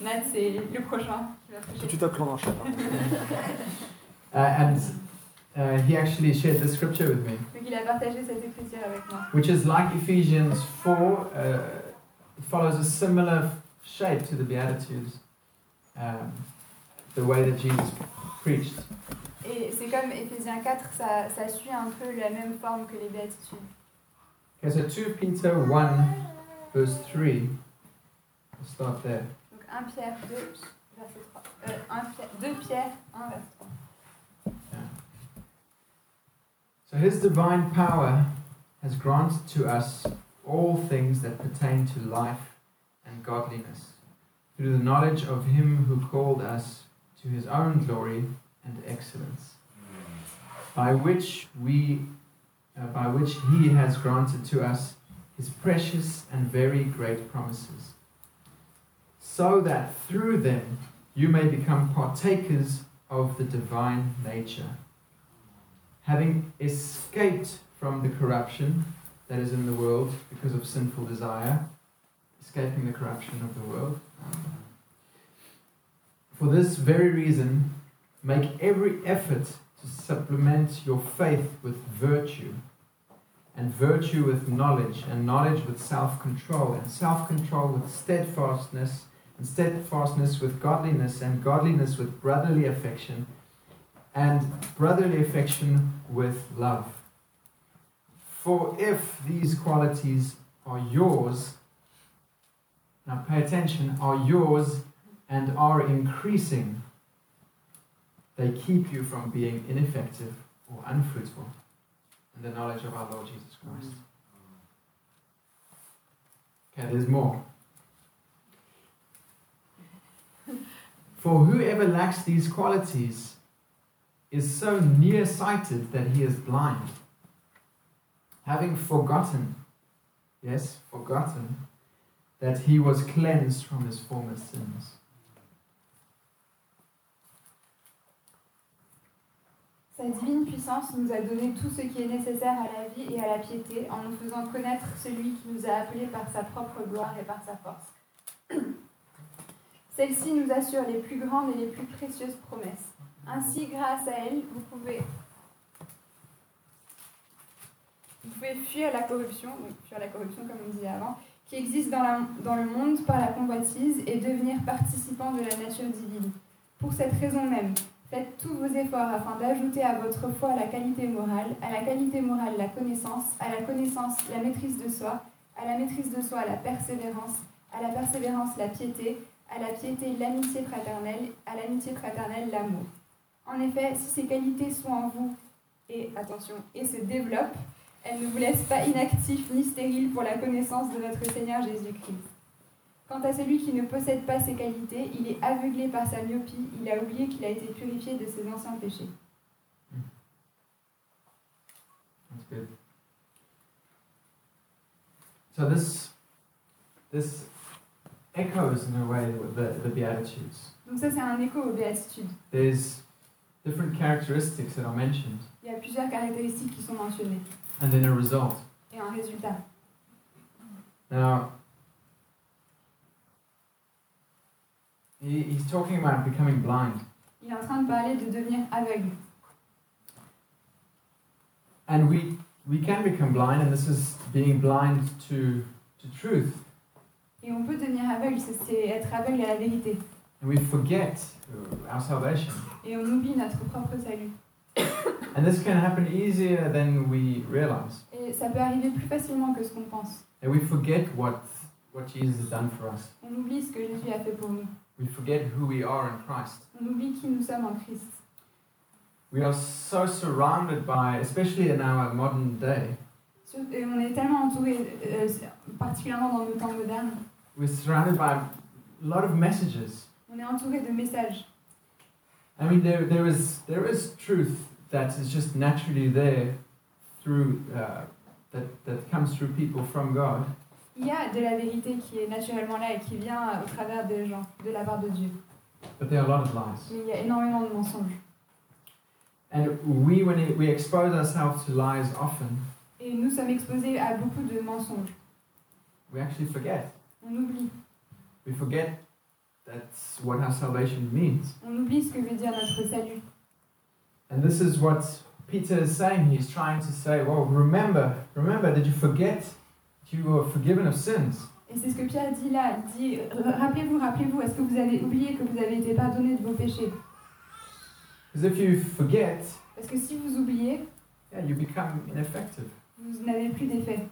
Speaker 2: Nat c'est le prochain qui va
Speaker 3: Tout de
Speaker 2: prêcher.
Speaker 3: suite après, on enchaîne. hein.
Speaker 1: Uh, and uh, he actually shared this scripture with me,
Speaker 2: Donc il a partagé cette écriture avec moi.
Speaker 1: which is like Ephesians 4. Uh, it follows a similar shape to the Beatitudes, um, the way that Jesus preached.
Speaker 2: Et c'est comme Éphésiens 4, ça, ça suit un peu la même forme que les béatitudes.
Speaker 1: Okay, so 2 Peter 1, verse 3. We'll start there.
Speaker 2: Donc 1 Pierre 2, verset 3. Euh, 1 Pierre, 2 Pierre 1, verset 3.
Speaker 1: So his divine power has granted to us all things that pertain to life and godliness, through the knowledge of him who called us to his own glory and excellence, by which we uh, by which he has granted to us his precious and very great promises, so that through them you may become partakers of the divine nature having escaped from the corruption that is in the world because of sinful desire, escaping the corruption of the world. For this very reason, make every effort to supplement your faith with virtue, and virtue with knowledge, and knowledge with self control, and self control with steadfastness, and steadfastness with godliness, and godliness with brotherly affection, and brotherly affection with love. For if these qualities are yours, now pay attention, are yours and are increasing, they keep you from being ineffective or unfruitful in the knowledge of our Lord Jesus Christ. Okay, there's more. For whoever lacks these qualities, is so nearsighted that he is blind, having forgotten, yes, forgotten, that he was cleansed from his former sins.
Speaker 2: Sa divine puissance nous a donné tout ce qui est nécessaire à la vie et à la piété en nous faisant connaître celui qui nous a appelés par sa propre gloire et par sa force. Celle-ci nous assure les plus grandes et les plus précieuses promesses. Ainsi, grâce à elle, vous pouvez, vous pouvez fuir la corruption, donc fuir la corruption comme on disait avant, qui existe dans, la- dans le monde par la convoitise et devenir participant de la nature divine. Pour cette raison même, Faites tous vos efforts afin d'ajouter à votre foi la qualité morale, à la qualité morale la connaissance, à la connaissance la maîtrise de soi, à la maîtrise de soi la persévérance, à la persévérance la piété, à la piété l'amitié fraternelle, à l'amitié fraternelle l'amour. En effet, si ces qualités sont en vous et attention et se développent, elles ne vous laissent pas inactifs ni stériles pour la connaissance de notre Seigneur Jésus-Christ. Quant à celui qui ne possède pas ces qualités, il est aveuglé par sa myopie, il a oublié qu'il a été purifié de ses anciens péchés.
Speaker 1: That's good. So this this echoes in a way with the, the Beatitudes.
Speaker 2: Donc ça, c'est un écho aux béatitudes.
Speaker 1: There's different characteristics that are mentioned
Speaker 2: Il y a plusieurs caractéristiques qui sont mentionnées
Speaker 1: and then a result.
Speaker 2: et un résultat.
Speaker 1: Now he, he's talking about becoming blind.
Speaker 2: Il est en train de parler de devenir aveugle.
Speaker 1: And we we can become blind and this is being blind to to truth.
Speaker 2: Et on peut devenir aveugle, c'est- c'est être aveugle à la vérité.
Speaker 1: And we forget uh, our salvation.
Speaker 2: Et on oublie notre propre salut.
Speaker 1: And this can happen easier than we realize.
Speaker 2: Et ça peut arriver plus facilement que ce qu'on pense.
Speaker 1: And we forget what, what Jesus has done for us.
Speaker 2: On oublie ce que Jésus a fait pour nous.
Speaker 1: We forget who we are in Christ.
Speaker 2: On oublie qui nous sommes en Christ.
Speaker 1: We are so surrounded by, especially in our modern day,
Speaker 2: Sur- Et on est tellement entouré, euh, particulièrement dans nos temps modernes,
Speaker 1: we're surrounded by a lot of messages.
Speaker 2: on est entouré de messages.
Speaker 1: I mean, there, there, is, there is truth that is just naturally there through, uh, that, that comes through people from God.
Speaker 2: Il y a de la vérité qui est naturellement là et qui vient euh, au travers des gens, de la part de Dieu.
Speaker 1: But there are a lot of lies.
Speaker 2: Mais il y a énormément de mensonges.
Speaker 1: And we, when we expose ourselves to lies often,
Speaker 2: Et nous sommes exposés à beaucoup de mensonges.
Speaker 1: we actually forget.
Speaker 2: On oublie.
Speaker 1: We forget that's what our salvation means.
Speaker 2: On oublie ce que veut dire notre salut.
Speaker 1: And this is what Peter is saying. He's trying to say, well, remember, remember, did you forget that you were forgiven of sins?
Speaker 2: Et c'est ce que Pierre dit là. Il dit, euh, rappelez-vous, rappelez-vous, est-ce que vous avez oublié que vous avez été pardonné de vos péchés
Speaker 1: Because if you forget,
Speaker 2: Parce que si vous oubliez,
Speaker 1: yeah, you become ineffective.
Speaker 2: vous n'avez plus d'effet.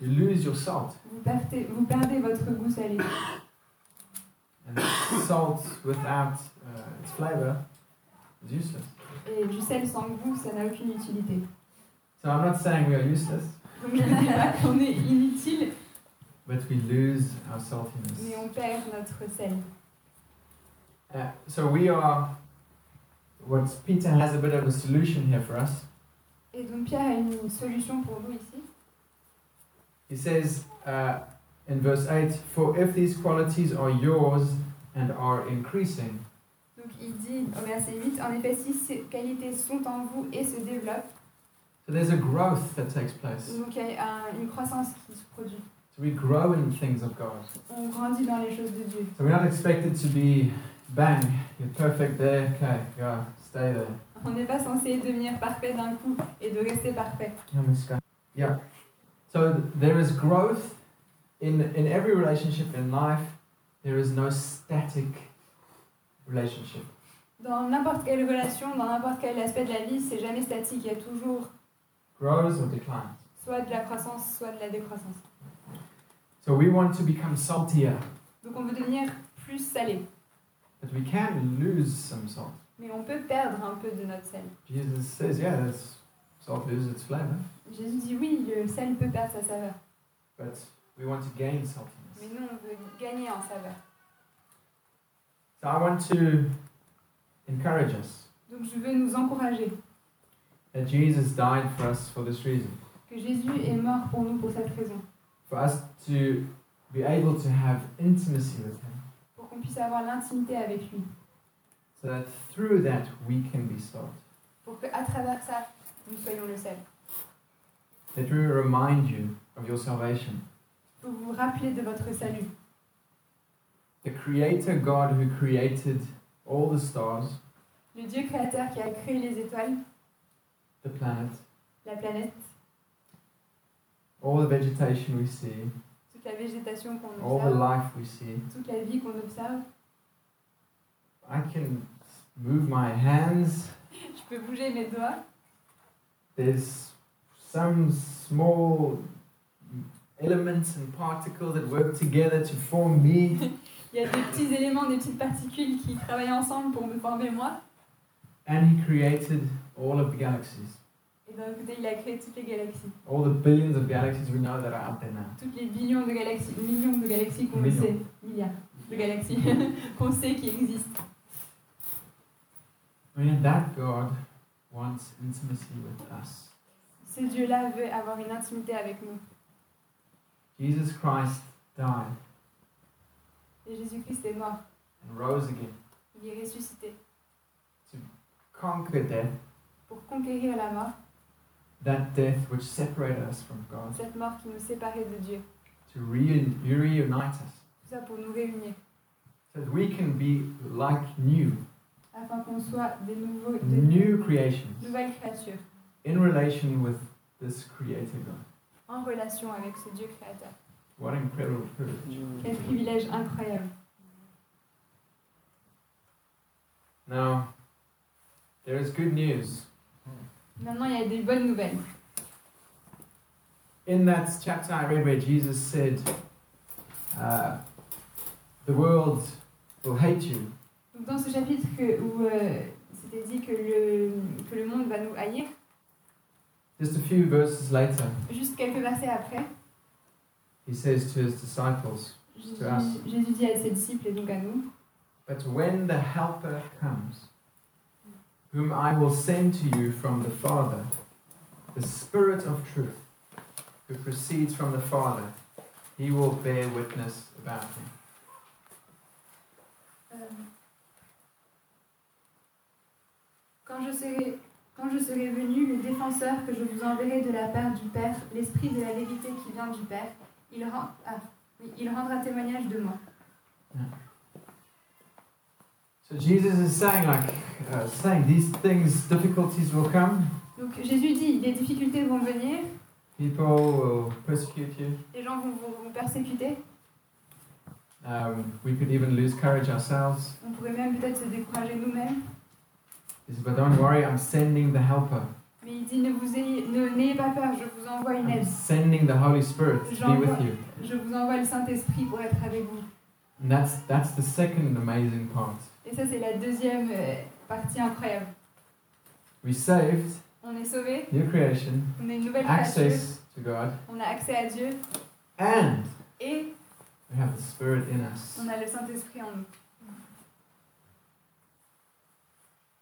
Speaker 1: You lose your salt.
Speaker 2: Vous perdez, vous perdez votre goût salé.
Speaker 1: And salt without uh, its flavor is useless.
Speaker 2: Et du sel sans goût, ça n'a aucune utilité.
Speaker 1: So I'm not saying we are useless,
Speaker 2: Donc je ne dis pas qu'on est inutile,
Speaker 1: but we lose our
Speaker 2: mais
Speaker 1: saltiness.
Speaker 2: on perd notre sel.
Speaker 1: Uh, so we are, what Peter has a bit of a solution here for us.
Speaker 2: Et donc Pierre a une solution pour vous ici.
Speaker 1: He says uh, in verse 8, For if these qualities are yours and are increasing,
Speaker 2: Donc il dit oh, au verset 8, en effet si ces qualités sont en vous et se développent,
Speaker 1: so there's a growth that takes place.
Speaker 2: donc il y a un- une croissance qui se produit.
Speaker 1: So we grow in things of God.
Speaker 2: On grandit dans les choses de Dieu.
Speaker 1: So we're not expected to be, bang, you're perfect there, okay, go, stay there.
Speaker 2: On n'est pas censé devenir parfait d'un coup et de rester parfait.
Speaker 1: Yeah, Miss Guy. Yeah. So th- there is growth in, in every relationship in life, there is no static relationship.
Speaker 2: Dans n'importe quelle relation, dans n'importe quel aspect de la vie, c'est jamais statique. Il y a toujours
Speaker 1: Grows or declines.
Speaker 2: soit de la croissance, soit de la décroissance.
Speaker 1: So we want to become saltier,
Speaker 2: Donc on veut devenir plus salé.
Speaker 1: but we can lose some salt.
Speaker 2: Mais on peut perdre un peu de notre sel.
Speaker 1: Jesus says, yeah, that's salt loses its flavor,
Speaker 2: Jésus dit oui, le sel peut perdre sa saveur.
Speaker 1: but we want to gain
Speaker 2: Mais
Speaker 1: saltiness.
Speaker 2: nous, on veut gagner en saveur.
Speaker 1: So I want to encourage us
Speaker 2: Donc Donc je veux nous encourager
Speaker 1: that Jesus died for us for this reason
Speaker 2: que Jésus est mort pour nous pour cette raison,
Speaker 1: for us to be able to have intimacy with Him,
Speaker 2: pour qu'on puisse avoir l'intimité avec lui,
Speaker 1: so that through that we can be salt.
Speaker 2: pour qu'à travers ça, nous soyons le sel.
Speaker 1: That we remind you of your salvation.
Speaker 2: Pour vous rappeler de votre salut.
Speaker 1: The Creator God who created all the stars,
Speaker 2: Le Dieu créateur qui a créé les étoiles,
Speaker 1: the planet,
Speaker 2: la planète,
Speaker 1: all the vegetation we see,
Speaker 2: toute la végétation qu'on
Speaker 1: all the
Speaker 2: observe,
Speaker 1: life we see.
Speaker 2: toute la vie qu'on observe.
Speaker 1: I can move my hands.
Speaker 2: Je peux bouger mes doigts.
Speaker 1: There's some small elements and particles that work together to form me.
Speaker 2: Il y a des petits éléments, des petites particules qui travaillent ensemble pour me former moi.
Speaker 1: And he created all of the galaxies,
Speaker 2: Et d'un côté, il a créé toutes les galaxies.
Speaker 1: all the billions of galaxies we know that are out there now.
Speaker 2: Toutes les billions de galaxies, millions de galaxies qu'on le
Speaker 1: Millions.
Speaker 2: sait, milliards de galaxies qu'on sait qui existent.
Speaker 1: I mean, that God wants intimacy with us.
Speaker 2: Ce Dieu-là veut avoir une intimité avec nous.
Speaker 1: Jesus Christ died
Speaker 2: Et Jésus-Christ est mort.
Speaker 1: and rose again,
Speaker 2: Il est ressuscité
Speaker 1: conquered death,
Speaker 2: pour conquérir la mort,
Speaker 1: that death which separated us from God,
Speaker 2: cette mort qui nous séparait de Dieu.
Speaker 1: to reun- reunite us,
Speaker 2: Tout ça pour nous réunir,
Speaker 1: so that we can be like new,
Speaker 2: afin qu'on soit des nouveaux, de
Speaker 1: new creations
Speaker 2: nouvelles créatures,
Speaker 1: in relation with this Creator God.
Speaker 2: en relation avec ce Dieu créateur.
Speaker 1: What incredible privilege.
Speaker 3: Mm.
Speaker 2: Quel privilège incroyable.
Speaker 1: Now, there is good news.
Speaker 2: Maintenant, il y a des bonnes nouvelles.
Speaker 1: In that chapter I read where Jesus said, uh, The world will hate you.
Speaker 2: Donc, dans ce chapitre que- où euh, c'était dit que le, que le monde va nous haïr,
Speaker 1: Just a few verses later,
Speaker 2: juste quelques versets après,
Speaker 1: he says to his disciples,
Speaker 2: Jésus,
Speaker 1: C'est grâce.
Speaker 2: Jésus dit à ses disciples et donc à nous,
Speaker 1: But when the Helper comes, whom I will send to you from the Father, the Spirit of truth, who proceeds from the Father, he will bear witness about him.
Speaker 2: Euh, Quand je, serai, quand je serai venu, le défenseur que je vous enverrai de la part du Père, l'Esprit de la vérité qui vient du Père, il, rend- ah, oui, il rendra témoignage de moi.
Speaker 1: So Jesus is saying, like, uh, saying these things, difficulties will come.
Speaker 2: Donc Jésus dit, des difficultés vont venir,
Speaker 1: People will persecute you.
Speaker 2: les gens vont vous vous persécuter,
Speaker 1: Um, we could even lose courage ourselves.
Speaker 2: on pourrait même peut-être se décourager nous-mêmes.
Speaker 1: He says, but don't worry, I'm sending the Helper.
Speaker 2: Mais il dit, ne vous ayez, ne n'ayez pas peur, je vous envoie une
Speaker 1: I'm
Speaker 2: aide.
Speaker 1: sending the Holy Spirit to be with you.
Speaker 2: Je vous envoie le Saint-Esprit pour être avec vous.
Speaker 1: And that's, that's the second amazing part.
Speaker 2: Et ça, c'est la deuxième euh, partie incroyable.
Speaker 1: We're saved,
Speaker 2: On est sauvé,
Speaker 1: new creation,
Speaker 2: on est une nouvelle créature.
Speaker 1: access to God,
Speaker 2: On a accès à Dieu
Speaker 1: and
Speaker 2: et
Speaker 1: we have the Spirit in us.
Speaker 2: on a le Saint-Esprit en nous.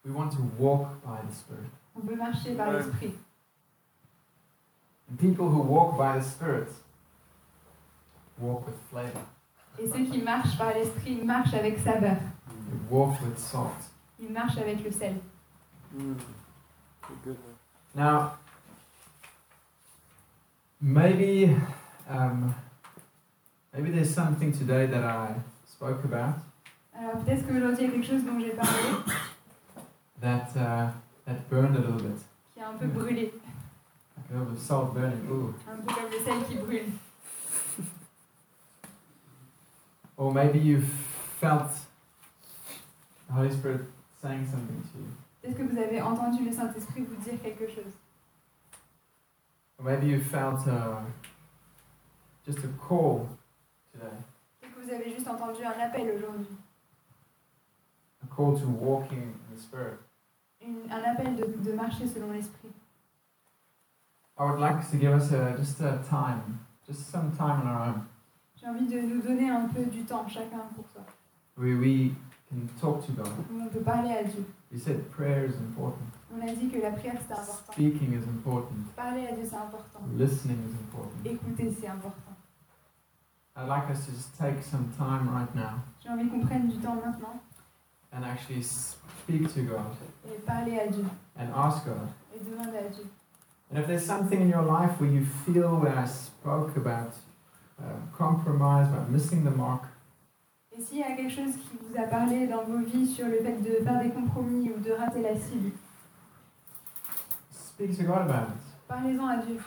Speaker 1: We want to walk by the Spirit.
Speaker 2: On peut marcher par
Speaker 3: Ouais.
Speaker 2: l'Esprit.
Speaker 1: And people who walk by the Spirit walk with flavor,
Speaker 2: Et ceux qui marchent par l'Esprit marchent avec saveur.
Speaker 1: they walk with salt.
Speaker 2: Ils marchent avec le sel.
Speaker 3: C'est Mm. good, man.
Speaker 1: Now, maybe, um, maybe there's something today that I spoke about
Speaker 2: Alors peut-être qu'aujourd'hui il y a quelque chose dont j'ai parlé
Speaker 1: that uh, that burned a little bit,
Speaker 2: qui a un peu brûlé,
Speaker 1: like a little bit of salt burning, ooh.
Speaker 2: un peu comme le sel qui brûle.
Speaker 1: Or maybe you felt the Holy Spirit saying something to you.
Speaker 2: Peut-être que vous avez entendu le Saint-Esprit vous dire quelque chose.
Speaker 1: Or maybe you felt uh, just a call today,
Speaker 2: Peut-être que vous avez juste entendu un appel aujourd'hui,
Speaker 1: a call to walking in the Spirit.
Speaker 2: Une- un appel de, de marcher selon l'Esprit.
Speaker 1: I would like to give us a, just a time, just some time on our own.
Speaker 2: J'ai envie de nous donner un peu du temps chacun pour soi.
Speaker 1: where we can talk to God,
Speaker 2: Où on peut parler à Dieu,
Speaker 1: we We said prayer is important,
Speaker 2: On a dit que la prière c'est important.
Speaker 1: speaking is important,
Speaker 2: Parler à Dieu c'est important.
Speaker 1: listening is important.
Speaker 2: Écouter c'est important.
Speaker 1: I'd like us to just take some time right now
Speaker 2: J'ai envie qu'on prenne du temps maintenant
Speaker 1: and actually speak to God
Speaker 2: et parler à Dieu
Speaker 1: and ask God.
Speaker 2: et demander à Dieu.
Speaker 1: And if there's something in your life where you feel where I spoke about uh, compromise, about missing the mark,
Speaker 2: Et s'il y a quelque chose qui vous a parlé dans vos vies sur le fait de faire des compromis ou de rater la cible,
Speaker 1: speak to God about it.
Speaker 2: parlez-en à Dieu.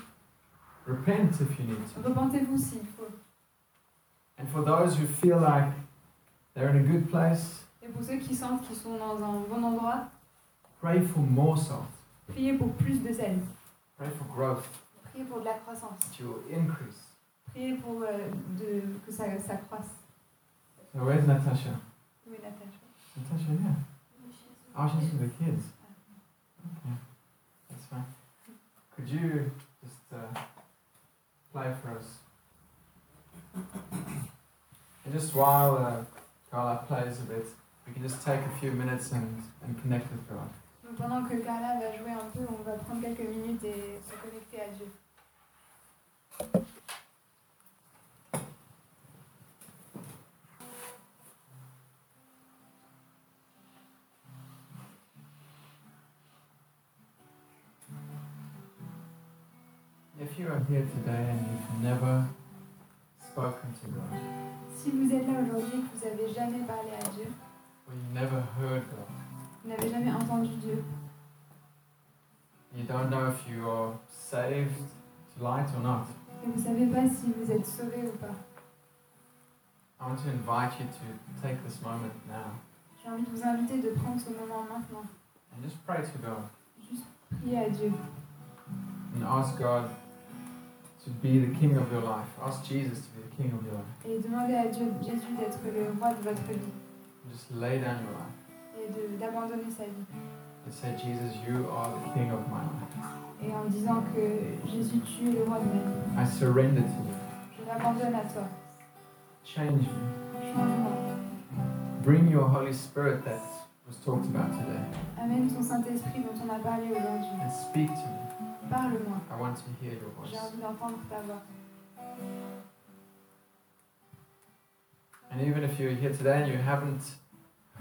Speaker 1: Repent if you need to.
Speaker 2: Repentez-vous s'il faut.
Speaker 1: And for those who feel like they're in a good place,
Speaker 2: Et pour ceux qui sentent qu'ils sont dans un bon endroit,
Speaker 1: pray for more salt.
Speaker 2: priez pour plus de zèle.
Speaker 1: Pray for growth,
Speaker 2: Priez pour de la croissance.
Speaker 1: that you will increase.
Speaker 2: Priez pour euh, de- que ça, ça croisse.
Speaker 1: So where's Natasha?
Speaker 2: Oui, Natacha.
Speaker 1: Natasha, yeah. Oh, she's with the kids. Okay, that's fine. Could you just uh, play for us? And just while uh, Carla plays a bit, we can just take a few minutes and, and connect with God.
Speaker 2: Donc pendant que Carla va jouer un peu, on va prendre quelques minutes et se connecter à Dieu.
Speaker 1: If you are here today and you've never spoken to God,
Speaker 2: Si vous êtes là aujourd'hui et que vous n'avez jamais parlé à Dieu,
Speaker 1: or you never heard God,
Speaker 2: vous n'avez jamais entendu Dieu,
Speaker 1: you don't know if you are saved to light or not,
Speaker 2: et vous ne savez pas si vous êtes sauvé ou pas,
Speaker 1: I want to invite you to take this moment now
Speaker 2: j'ai envie de vous inviter de prendre ce moment maintenant.
Speaker 1: and just pray to God.
Speaker 2: Juste prier à Dieu
Speaker 1: and ask God to be the king of your life. Ask Jesus to be the king of your life.
Speaker 2: et demander à Dieu, Jésus, d'être le roi de votre vie
Speaker 1: And just lay down your life
Speaker 2: et de- d'abandonner sa vie.
Speaker 1: and say, Jesus, you are the king of my life.
Speaker 2: Et en disant que Jésus, tu es le roi de ma vie,
Speaker 1: I surrender to you.
Speaker 2: je m'abandonne à toi.
Speaker 1: Change me.
Speaker 2: Change-moi.
Speaker 1: Bring your Holy Spirit that was talked about today
Speaker 2: Amène ton Saint-Esprit dont on a parlé aujourd'hui.
Speaker 1: and speak to me.
Speaker 2: Parle-moi.
Speaker 1: I want to hear your voice.
Speaker 2: J'ai envie d'entendre ta voix.
Speaker 1: And even if you're here today and you haven't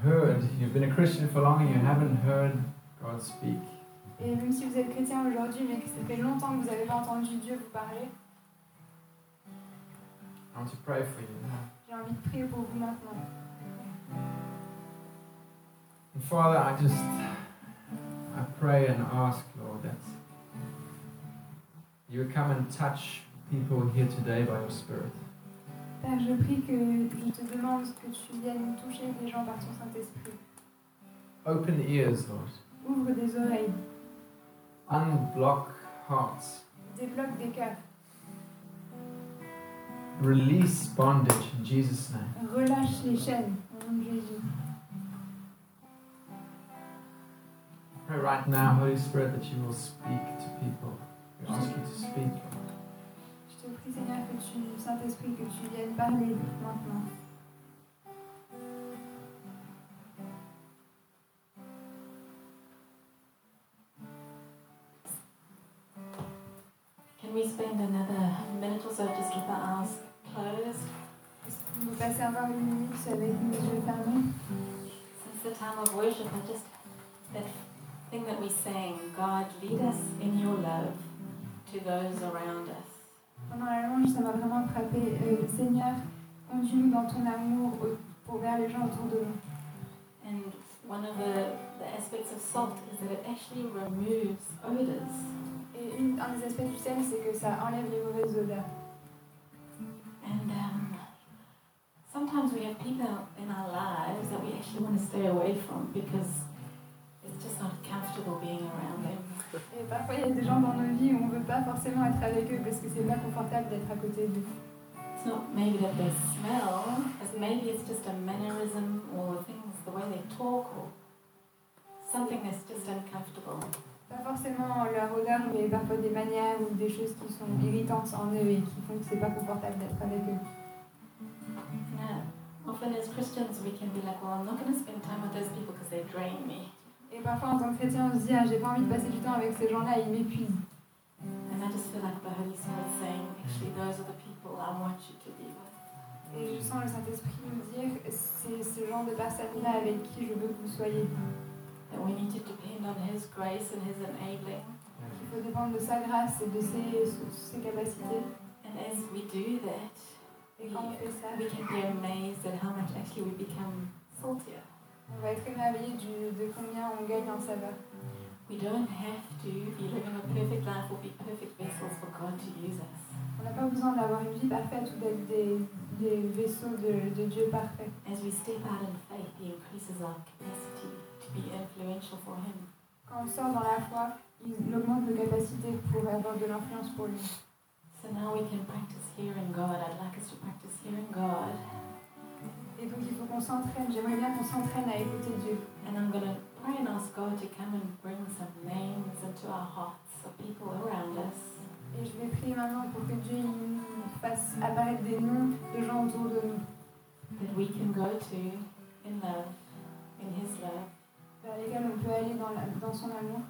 Speaker 1: heard, you've been a Christian for long and you haven't heard God speak,
Speaker 2: Et même si vous êtes chrétien aujourd'hui, mais que ça fait longtemps que vous n'avez pas entendu Dieu vous parler,
Speaker 1: I want to pray for you now.
Speaker 2: j'ai envie de prier pour vous maintenant.
Speaker 1: And Father, I just I pray and ask, Lord, that you would come and touch people here today by your Spirit.
Speaker 2: Père, je prie que je te demande que tu viennes toucher des gens par ton Saint-Esprit.
Speaker 1: Open ears, Lord.
Speaker 2: Ouvre des oreilles,
Speaker 1: Unblock hearts.
Speaker 2: débloque des cœurs,
Speaker 1: Release bondage in Jesus' name.
Speaker 2: relâche les chaînes au nom de Jésus.
Speaker 1: I pray right now, Holy Spirit, that you will speak to people. We ask you to speak.
Speaker 2: Je te prie Seigneur que tu, Saint-Esprit, que tu viennes parler maintenant.
Speaker 4: Can we spend another minute or so just with our eyes closed?
Speaker 2: Est-ce qu'on peut passer encore une minute avec nos yeux fermés
Speaker 4: Since the time of worship, I just that thing that we sang, God lead us in your love to those around us.
Speaker 2: Pendant la louange, ça m'a vraiment frappé. Euh, Seigneur, conduis-nous dans ton amour au- pour vers les gens autour de nous.
Speaker 4: And one of the, the aspects of salt is that it actually removes odors.
Speaker 2: Et une- un des aspects du sel, c'est que ça enlève les mauvaises odeurs.
Speaker 4: And um, sometimes we have people in our lives that we actually want to stay away from because it's just not comfortable being around them.
Speaker 2: Et parfois, il y a des gens dans nos vies où on ne veut pas forcément être avec eux parce que c'est pas confortable d'être à côté d'eux.
Speaker 4: It's not maybe that they smell, it's maybe it's just a mannerism or things, the way they talk or something that's just uncomfortable.
Speaker 2: Pas forcément leur odeur, mais parfois des manières ou des choses qui sont irritantes en eux et qui font que c'est pas confortable d'être avec eux.
Speaker 4: Now, often as Christians, we can be like, well, I'm not going to spend time with those people because they drain me.
Speaker 2: Et parfois, en tant que chrétien, on se dit ah, j'ai pas envie de passer du temps avec ces gens-là, ils m'épuisent.
Speaker 4: And I just feel like the Holy Spirit saying, actually, those are the people I want you to be with.
Speaker 2: Et je sens le Saint-Esprit me dire c'est ce genre de personnes-là avec qui je veux que vous soyez.
Speaker 4: That we need to depend on His grace and His enabling.
Speaker 2: Il faut dépendre de sa grâce et de ses, ses capacités.
Speaker 4: And as we do that,
Speaker 2: Et quand on fait ça,
Speaker 4: we can be amazed at how much actually we become saltier.
Speaker 2: on va être émerveillé du- de combien on gagne en saveur.
Speaker 4: We don't have to be living a perfect life or be perfect vessels for God to use us.
Speaker 2: On n'a pas besoin d'avoir une vie parfaite ou d'être des, des vaisseaux de, de Dieu parfaits.
Speaker 4: As we step out in faith, He increases our capacity to be influential for Him.
Speaker 2: Quand on sort dans la foi, il augmente nos capacités pour avoir de l'influence pour lui.
Speaker 4: So now we can practice hearing God. I'd like us to practice hearing God.
Speaker 2: Et donc il faut qu'on s'entraîne. J'aimerais bien qu'on s'entraîne à écouter Dieu.
Speaker 4: And I'm going to pray and ask God to come and bring some names into our hearts of people around us
Speaker 2: Et je vais prier maintenant pour que Dieu il nous fasse apparaître des noms de gens autour de nous,
Speaker 4: that we can go to in love, in His love,
Speaker 2: vers lesquels on peut aller dans, la- dans son amour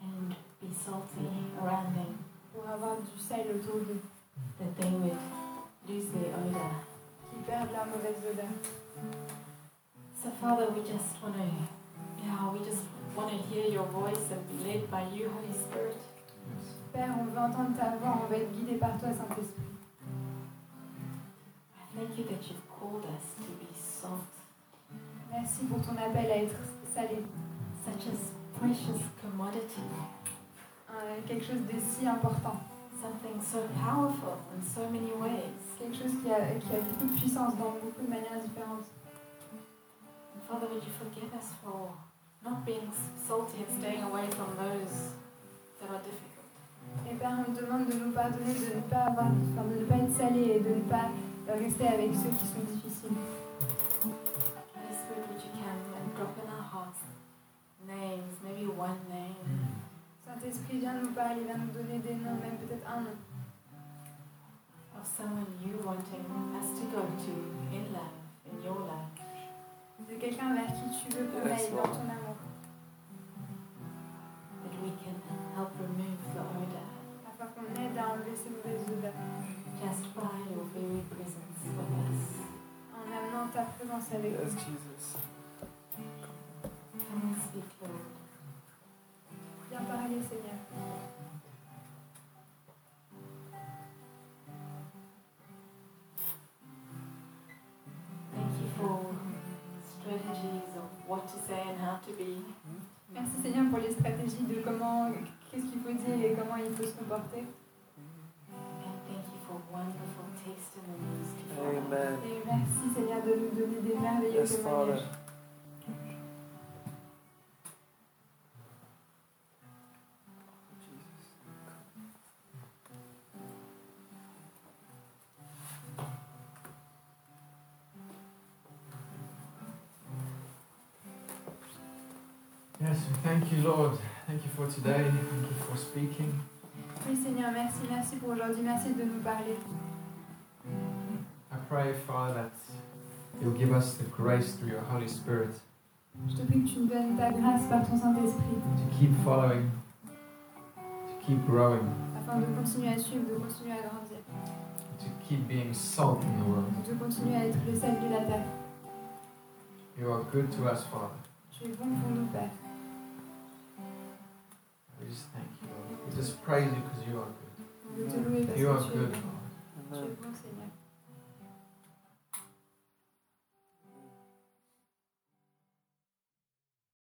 Speaker 4: and be salty around them,
Speaker 2: pour avoir du sel autour d'eux,
Speaker 4: that they would lose their odor.
Speaker 2: qui perdent leur mauvaise odeur.
Speaker 4: So, Father, we just want to, yeah, we just want to hear Your voice and be led by You, Holy Spirit.
Speaker 1: Yes.
Speaker 2: Père, on veut entendre ta voix, on va être guidé par toi, Saint-Esprit.
Speaker 4: I thank You that You've called us to be salt,
Speaker 2: Merci pour ton appel à être salé.
Speaker 4: such a precious commodity,
Speaker 2: Un- Euh, quelque chose de si important,
Speaker 4: something so powerful in so many ways.
Speaker 2: quelque chose qui a, qui a beaucoup de puissance dans beaucoup de manières différentes.
Speaker 4: And Father, would You forgive us for not being salty and staying away from those that are difficult.
Speaker 2: Et Père, on te demande de nous pardonner, de ne pas, avoir, enfin, de ne pas être salé et de ne pas euh, rester avec ceux qui sont difficiles.
Speaker 4: Holy Spirit, would You come and drop in our hearts names, maybe one name.
Speaker 2: Saint-Esprit, viens nous parler, viens nous donner des noms, même peut-être un nom.
Speaker 4: of someone you wanting us to go to in love, in your love.
Speaker 2: de quelqu'un vers qui tu veux qu'on aille dans ton amour,
Speaker 4: that we can help remove the odor
Speaker 2: afin qu'on aide à enlever ces mauvaises odeurs,
Speaker 4: just by your very presence with us.
Speaker 2: en amenant ta présence avec
Speaker 3: Yes,
Speaker 2: nous.
Speaker 3: Jesus.
Speaker 4: Come and speak, Lord.
Speaker 2: Viens parler, Seigneur.
Speaker 4: Thank you for strategies of what to say and how to be.
Speaker 2: Merci, Seigneur, pour les stratégies de comment, qu'est-ce qu'il faut dire et comment il faut se comporter.
Speaker 4: And thank you for wonderful testimonies to follow.
Speaker 3: Amen.
Speaker 2: Et merci, Seigneur, de nous donner des merveilleux
Speaker 3: Yes, Father.
Speaker 2: témoignages.
Speaker 3: Jesus.
Speaker 1: Yes, we thank you, Lord. Thank you for today. Thank you for speaking.
Speaker 2: Oui, Seigneur, merci, merci pour aujourd'hui, merci de nous parler.
Speaker 1: I pray, Father, that you'll give us the grace through your Holy Spirit
Speaker 2: Je te prie que tu nous donnes ta grâce par ton Saint-Esprit,
Speaker 1: to keep following, to keep growing,
Speaker 2: afin de continuer à suivre, de continuer à grandir,
Speaker 1: to keep being salt in the world.
Speaker 2: de continuer à être le sel de la terre.
Speaker 1: You are good to us, Father.
Speaker 2: Tu es bon pour nous, Père.
Speaker 1: We just thank you, Lord. We just praise you because you are good.
Speaker 2: Je te loue parce
Speaker 1: You are
Speaker 2: que tu es
Speaker 1: good,
Speaker 2: bon.
Speaker 1: Lord.
Speaker 2: Tu es
Speaker 3: Amen.
Speaker 2: bon, Seigneur.